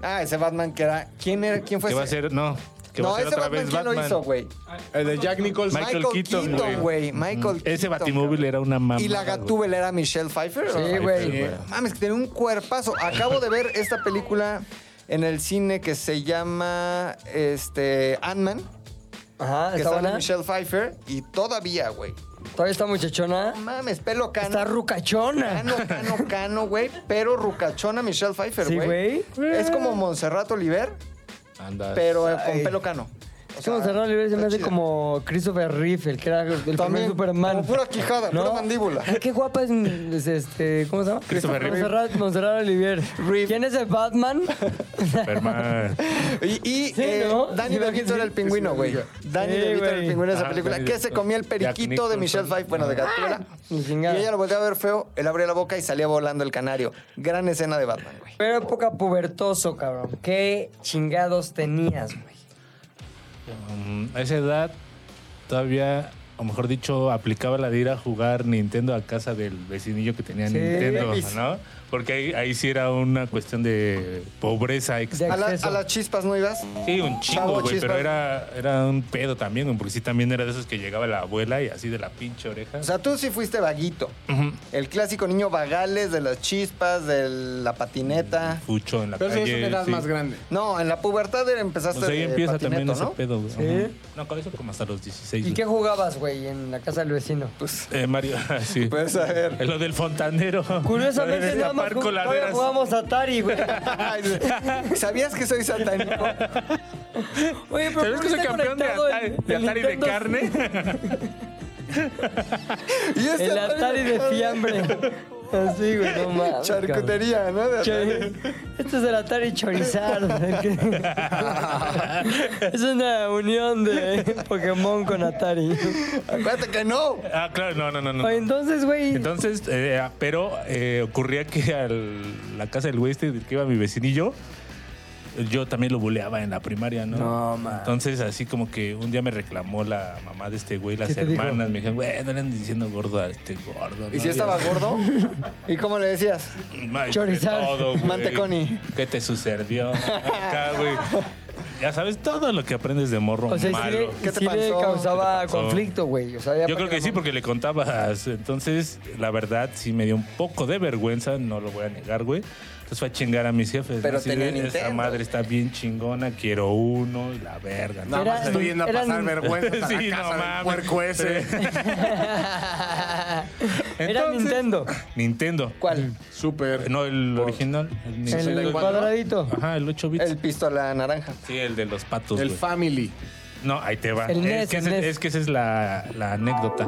S2: Ah, ese Batman que era. ¿Quién era? ¿Quién fue
S3: Que va a
S2: ese?
S3: ser, no,
S2: Pues
S3: que
S2: no,
S3: va a ser
S2: ese
S3: otra
S2: Batman,
S3: vez
S2: ¿quién
S3: Batman.
S2: lo hizo, güey?
S4: El de Jack Nicholson.
S3: Michael Keaton,
S2: güey.
S3: güey.
S2: Michael Keaton.
S3: Ese Batimóvil
S2: cabrón.
S3: era una mamada.
S2: ¿Y la
S3: güey.
S2: Gatúbel era Michelle Pfeiffer?
S1: Sí,
S2: ¿O-
S1: güey.
S3: güey.
S2: Mames, que tenía un cuerpazo. Acabo de ver esta película en el cine que se llama este, Ant-Man,
S1: Ajá,
S2: que
S1: ¿está
S2: sale
S1: buena?
S2: Michelle Pfeiffer, y todavía, güey.
S1: Todavía está muchachona.
S2: No mames, pelo cano.
S1: Está rucachona.
S2: Cano, cano, cano, güey. Pero rucachona Michelle Pfeiffer,
S1: Sí,
S2: güey.
S1: güey.
S2: Es como Montserrat Oliver,
S3: Anda.
S2: pero eh, con
S1: Ay.
S2: pelo cano. O
S1: Es
S2: sea,
S1: como Serrano Oliver se me
S2: está
S1: hace
S2: chida.
S1: como Christopher Reeve, el que era el primer
S2: También,
S1: Superman.
S2: como pura quijada, pura mandíbula.
S1: Ay, Qué guapa es, es este, ¿cómo se llama?
S3: Christopher Reeve.
S1: Montserrat, Montserrat Olivier.
S2: Reeve.
S1: ¿Quién es el Batman?
S3: Superman.
S2: Y, y
S1: Sí,
S2: eh,
S1: ¿no?
S2: Danny
S1: Sí,
S2: DeVito era el pingüino, güey. Danny
S1: Sí,
S2: DeVito era el
S1: güey.
S2: pingüino de esa
S3: Ah,
S2: película.
S3: Danny
S2: Que
S3: DeVito.
S2: se comía el
S3: Jack
S2: periquito de
S3: Nicholson.
S2: Michelle Pfeiffe,
S1: Ah.
S2: bueno, de Gatúbela.
S1: Ni
S2: Y
S1: chingada.
S2: ella lo volteaba a ver feo, él abría la boca y salía volando el canario. Gran escena de Batman, güey.
S1: Pero época pubertoso, cabrón. ¿Qué chingados tenías, güey?
S3: Mm, a esa edad todavía, o mejor dicho, aplicaba la de ir a jugar Nintendo a casa del vecinillo que tenía
S1: Sí.
S3: Nintendo,
S1: Babies.
S3: ¿no? Porque ahí, ahí sí era una cuestión de pobreza extrema.
S1: De
S2: A, la-
S1: acceso.
S2: a las chispas no ibas.
S3: Sí, un
S2: Chavo
S3: chingo, güey,
S2: chispa.
S3: pero era, era un pedo también, güey, porque sí también era de esos que llegaba la abuela y así de la pinche oreja.
S2: O sea, tú sí fuiste vaguito.
S3: Ujú.
S2: El clásico niño vagales de las chispas, de la patineta.
S3: fucho en la
S4: Pero eso
S3: calle.
S4: es una edad
S3: sí.
S4: más grande.
S2: No, en la pubertad era- empezaste
S3: Pues ahí
S2: de
S3: empieza
S2: eh, patineto,
S3: también ese
S2: ¿no?
S3: pedo, güey.
S1: Sí.
S3: Ajá. No, con eso como hasta los 16.
S1: ¿Y
S3: güey.
S1: qué jugabas, güey, en la casa del vecino?
S3: Eh, Mario, sí. Eh,
S2: Pues a ver.
S3: Lo del fontanero. Lo de
S1: Curiosamente, nada más
S3: destapar
S1: jug- todavía
S3: coladeras.
S1: jugábamos Atari, güey.
S2: ¿Sabías que soy satánico?
S1: Oye, pero
S3: ¿Sabes
S1: ¿por
S3: que
S1: qué
S3: soy
S1: está
S3: campeón de
S1: conectado
S3: Atari,
S1: el-
S3: de,
S1: el
S3: Atari de
S1: Nintendo-
S3: carne?
S2: Y este
S1: El Atari de fiambre. Así, güey, no mames. cabrón.
S2: Charcutería, ¿no? De Atari.
S1: Che, Este es el Atari Charizard. el que- es una unión de Pokémon con Atari.
S2: Acuérdate que no.
S3: ah, claro, no, no, no. no.
S1: Oye, entonces, güey.
S3: Entonces, eh, pero eh, ocurría que a la casa del güey este del que iba mi vecinillo, yo también lo buleaba en la primaria, ¿no?
S1: No, man.
S3: Entonces, así como que un día me reclamó la mamá de este güey, las
S1: ¿Qué te dijo?
S3: hermanas, me dijeron, güey, no le andan diciendo gordo a este gordo.
S2: ¿Y
S3: ¿no?
S2: si estaba
S3: así,
S2: gordo? ¿Y cómo le decías?
S3: "Madre,
S1: Chorizar.
S3: todo, güey.
S2: Manteconi.
S3: ¿Qué te sucedió? Acá, güey. Ya sabes todo lo que aprendes de morro
S1: O sea, sí
S3: malo.
S1: le,
S2: ¿Qué te
S1: sí le
S2: pasó?
S1: causaba
S3: ¿Qué te pasó?
S1: conflicto, güey. O sea, ya
S3: Yo
S1: para
S3: creo que sí, porque le contabas. Entonces, la verdad, sí me dio un poco de vergüenza, no lo voy a negar, güey. Entonces fue a chingar a mis jefes. ¿no?
S2: Pero
S3: Así de,
S2: tenía Nintendo".
S3: Esa madre está bien chingona, quiero uno y la verga.
S4: Nada
S3: ¿no?
S1: Era-
S4: más estoy yendo a
S1: eran-
S4: pasar vergüenza
S3: Sí,
S4: a la
S3: no
S4: casa del
S3: mames.
S4: puerco ese.
S1: Era
S3: Entonces-
S1: Nintendo.
S3: Nintendo.
S1: ¿Cuál?
S4: Súper.
S3: No, el original. El,
S1: El,
S3: Nintendo.
S1: cuadradito.
S3: Ajá, el 8 bits.
S2: El pistola naranja.
S3: Sí, el de los patos.
S4: El
S3: güey.
S4: Family.
S3: No, ahí te va.
S1: El NES,
S3: es, que
S1: el
S3: ese-
S1: NES.
S3: es que esa es la, la anécdota.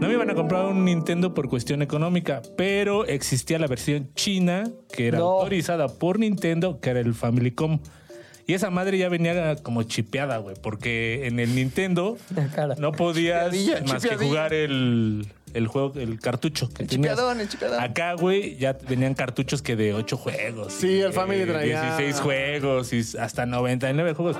S3: No me iban a comprar un Nintendo por cuestión económica, pero existía la versión china que era
S1: No.
S3: autorizada por Nintendo, que era el Family Com. Y esa madre ya venía como chipeada, güey, porque en el Nintendo
S1: La cara.
S3: no podías
S2: Chipeadilla,
S3: más que
S2: chipeadilla.
S3: jugar el, el juego, el cartucho que
S2: El
S3: tenías.
S2: chipeadón, el chipeadón.
S3: Acá, güey, ya venían cartuchos que de 8 juegos.
S4: Sí, el Family
S3: de
S4: traía-
S3: 16 juegos y hasta 99 juegos.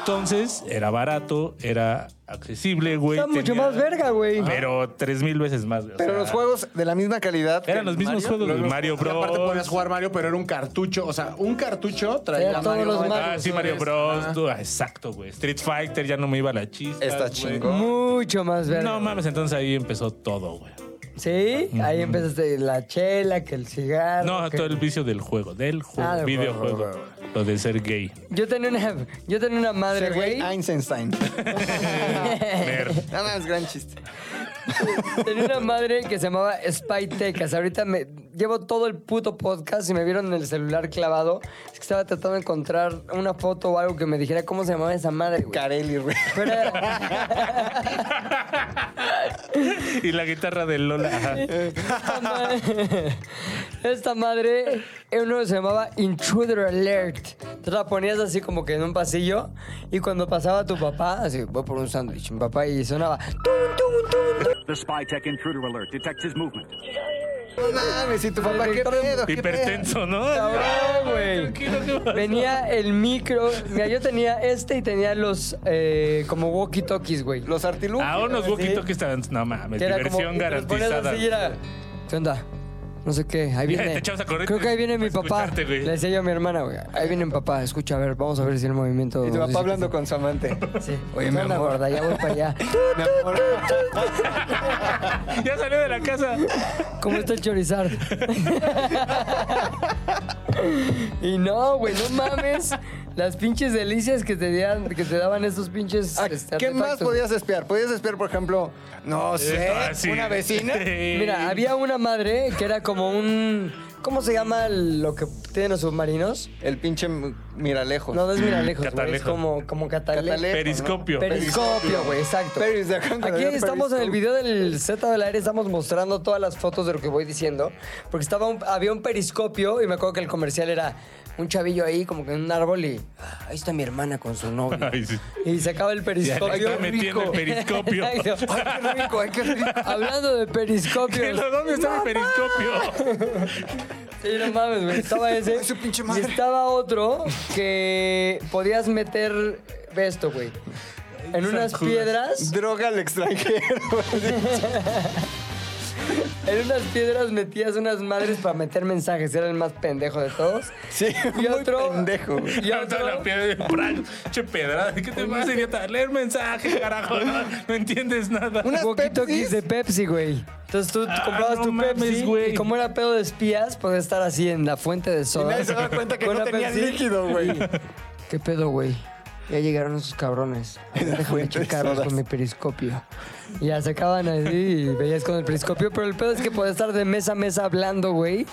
S3: Entonces, era barato, era accesible, güey.
S1: Está mucho
S3: tenía- Ah,
S1: más verga, güey.
S3: Pero tres mil veces más, güey. O
S2: Pero
S3: sea,
S2: los juegos de la misma calidad.
S3: Ah. Eran los mismos juegos de Mario
S4: Y
S3: Bros.
S4: aparte podías jugar Mario, pero era un cartucho. O sea, un cartucho traía
S1: Era todos
S4: Mario.
S1: los Mario.
S3: Ah, sí, Mario Bros. tú- ah, exacto, güey. Street Fighter ya no me iba la chista.
S2: Está
S3: güey.
S2: chingón.
S1: Mucho más verga.
S3: No mames, entonces ahí empezó todo, güey.
S1: Sí, ahí empezaste la chela, que el cigarro.
S3: No,
S1: que-
S3: todo el vicio del juego, del juego,
S1: Ah, del
S3: videojuego.
S1: juego, güey,
S3: Lo de ser gay.
S1: Yo tenía una, yo tenía una madre,
S2: Ese güey,
S1: güey.
S2: Einstein.
S3: Nerd.
S2: Nada más, gran chiste.
S1: Tenía una madre que se llamaba Spy Tecas. Ahorita me llevo todo el puto podcast y me vieron en el celular clavado. Es que estaba tratando de encontrar una foto o algo que me dijera cómo se llamaba esa madre, güey.
S2: Carelli, güey.
S1: Pero era-
S3: y la guitarra de Lola. ajá.
S1: esta madre, esta madre era uno que se llamaba Intruder Alert. Entonces la ponías así como que en un pasillo y cuando pasaba tu papá, así, voy por un sándwich, mi papá, y sonaba... "Tun, tun, tun, tun".
S6: The spy tech intruder alert detects his movement.
S2: No mames, y tu papá, qué pedo. qué
S3: Hipertenso, ¿no?
S1: Cabrón, güey.
S3: Tranquilo, ¿qué pasó?
S1: Venía el micro. Mira, yo tenía este y tenía los eh, como walkie-talkies, güey.
S2: pedo. Los artilugios.
S3: Ah, unos
S1: Sí.
S3: walkie que estaban. No mames,
S1: Que era
S3: diversión
S1: como- Te ponías
S3: garantizada.
S1: así y era, ¿Qué onda? No sé qué, ahí
S3: Ya,
S1: viene.
S3: te echabas a correr
S1: Creo que ahí viene
S3: para
S1: mi papá.
S3: escucharte, güey.
S1: Le decía yo a mi hermana, güey. Ahí viene mi papá, escucha, a ver, vamos a ver si el movimiento.
S2: Y tu
S1: dice
S2: papá
S1: que
S2: hablando
S1: sí".
S2: con su amante.
S1: Sí.
S2: Oye,
S1: Oye,
S2: mi
S1: me
S2: amor.
S1: gorda, ya voy para allá.
S2: Mi amor.
S3: Ya salió de la casa.
S1: ¿Cómo está el chorizar? y no, güey, no mames. Las pinches delicias que te, dan- que te daban esos pinches.
S2: Ah,
S1: este,
S2: ¿Qué más
S1: artefactos.
S2: podías espiar? Podías espiar, por ejemplo, no sé,
S3: Ah, sí.
S2: una vecina.
S3: Sí.
S1: Mira, había una madre que era como un. ¿Cómo se llama el- lo que tienen los submarinos?
S2: El pinche m- Miralejos.
S1: No, no es miralejos, güey. Es
S3: Catalejo.
S1: como, como catale-
S2: Catalejo,
S3: Periscopio.
S1: Periscopio, güey, exacto.
S2: Peris- de acá, de
S1: Aquí
S2: acá,
S1: estamos en el
S2: periscopio.
S1: video del Z del aire, estamos mostrando todas las fotos de lo que voy diciendo. Porque estaba un- había un periscopio y me acuerdo que el comercial era un chavillo ahí, como que en un árbol, y ah, ahí está mi hermana con su novio.
S3: Ay, sí.
S1: Y se acaba el
S3: Ya
S1: periscopio.
S3: está metiendo el periscopio.
S1: Exacto.
S2: ¿no? Ay, qué rico, ay, qué rico.
S1: Hablando de
S3: ¿Qué?
S1: periscopios.
S3: ¿Dónde está el periscopio?
S1: Sí, no mames, güey. Estaba ese.
S2: Ay, su pinche madre.
S1: Y estaba otro que podías meter ve esto, güey. En unas
S3: zancudas.
S1: piedras.
S2: Droga al extranjero.
S1: En unas piedras metías unas madres para meter mensajes. Era el más pendejo de todos.
S2: Sí,
S1: Y
S2: muy
S1: otro.
S2: pendejo, güey.
S1: Y
S3: Levanta la
S1: otro.
S3: piedra de Frank. Che pedrada. ¿Qué te pasa, idiota? Leer mensaje, carajo. No, no entiendes nada.
S2: Una- ¿Unas
S1: Walkie-talkies
S2: Pepsis?
S1: de Pepsi, güey. Entonces tú
S3: Ah,
S1: comprabas
S3: no
S1: tu
S3: mames,
S1: Pepsi
S3: güey.
S1: y como era pedo de espías, podías estar así en la fuente de soda.
S2: nadie se daba cuenta que
S1: Con
S2: no
S1: una
S2: tenían
S1: Pepsi.
S2: líquido, güey.
S1: Y, ¿Qué pedo, güey? Ya llegaron esos cabrones. A ver, Déjame
S2: fuente de
S1: checarlos
S2: sodas.
S1: con mi periscopio. Y ya sacaban así y veías con el periscopio. Pero el pedo es que podías estar de mesa a mesa hablando, güey.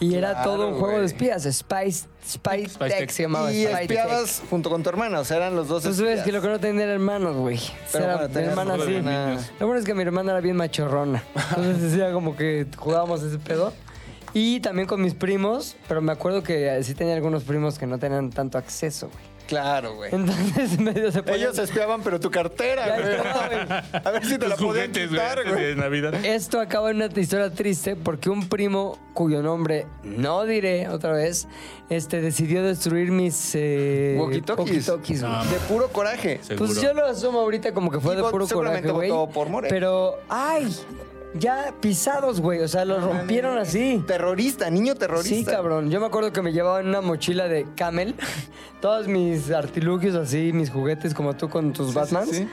S1: Y era
S2: Claro,
S1: todo un juego de
S2: güey.
S1: espías. Spice, Spice,
S3: Spice
S1: Tech
S3: Tech.
S1: se llamaba.
S2: Y
S1: Spice Tech.
S2: espiabas junto con tu hermana, o sea, eran los dos.
S1: Tú sabes que lo
S2: espías.
S1: que no tener hermanos, güey.
S2: Pero
S1: Era-
S2: bueno,
S1: mi
S2: tenías
S1: hermana
S2: dos
S1: sí.
S2: hermanas.
S1: Lo bueno es que mi hermana era bien machorrona. Entonces decía como que jugábamos ese pedo. Y también con mis primos, pero me acuerdo que sí tenía algunos primos que no tenían tanto acceso, güey.
S2: Claro, güey.
S1: Entonces medio se ponían-
S2: Ellos espiaban, pero tu
S1: Ya
S2: cartera, güey.
S1: estaba,
S2: A ver si te la
S3: Tus
S2: podían
S3: juguetes, güey,
S2: quitar,
S3: antes de
S2: güey.
S3: Navidad.
S1: Esto acaba en una historia triste porque un primo cuyo nombre no diré otra vez, este decidió destruir mis eh,
S2: Walkie-talkies.
S1: walkie-talkies, güey.
S2: De puro coraje.
S3: Seguro.
S1: Pues yo lo asumo ahorita como que fue
S2: Y
S1: de
S2: vot-
S1: puro
S2: seguramente
S1: coraje, güey.
S2: votó por Morena.
S1: Pero, ay, ya pisados, güey. O sea, los rompieron así.
S2: Terrorista, niño terrorista.
S1: Sí, cabrón. Yo me acuerdo que me llevaba en una mochila de camel todos mis artilugios así, mis juguetes como tú con tus Batmans.
S2: sí.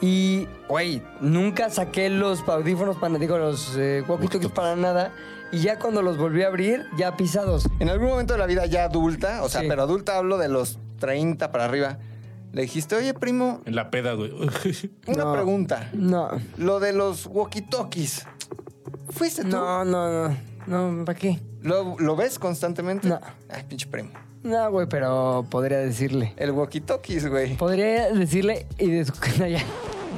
S1: Y, güey, nunca saqué los audífonos para, digo, los eh, walkie-talkies para nada. Y ya cuando los volví a abrir, ya pisados.
S2: En algún momento de la vida ya adulta, o sea,
S1: Sí.
S2: pero adulta hablo de los 30 para arriba, le dijiste, oye, primo,
S3: En la peda, güey.
S2: una
S1: No.
S2: pregunta.
S1: No,
S2: Lo de los walkie-talkies. ¿Fuiste tú?
S1: no, no, no. No, ¿para qué?
S2: ¿Lo, lo ves constantemente?
S1: No.
S2: Ay, pinche primo.
S1: No, güey, pero podría decirle.
S2: El walkie-talkies, güey.
S1: Podría decirle y des... no, ya.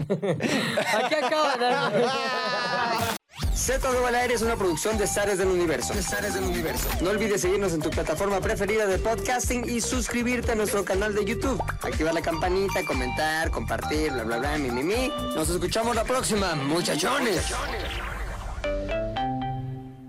S1: Aquí acaba ¿no?
S10: Z2 al aire es una producción de Zares del Universo. del Universo. No olvides seguirnos en tu plataforma preferida de podcasting y suscribirte a nuestro canal de YouTube. Activar la campanita, comentar, compartir, bla, bla, bla, mi, mi, mi. Nos escuchamos la próxima, muchachones.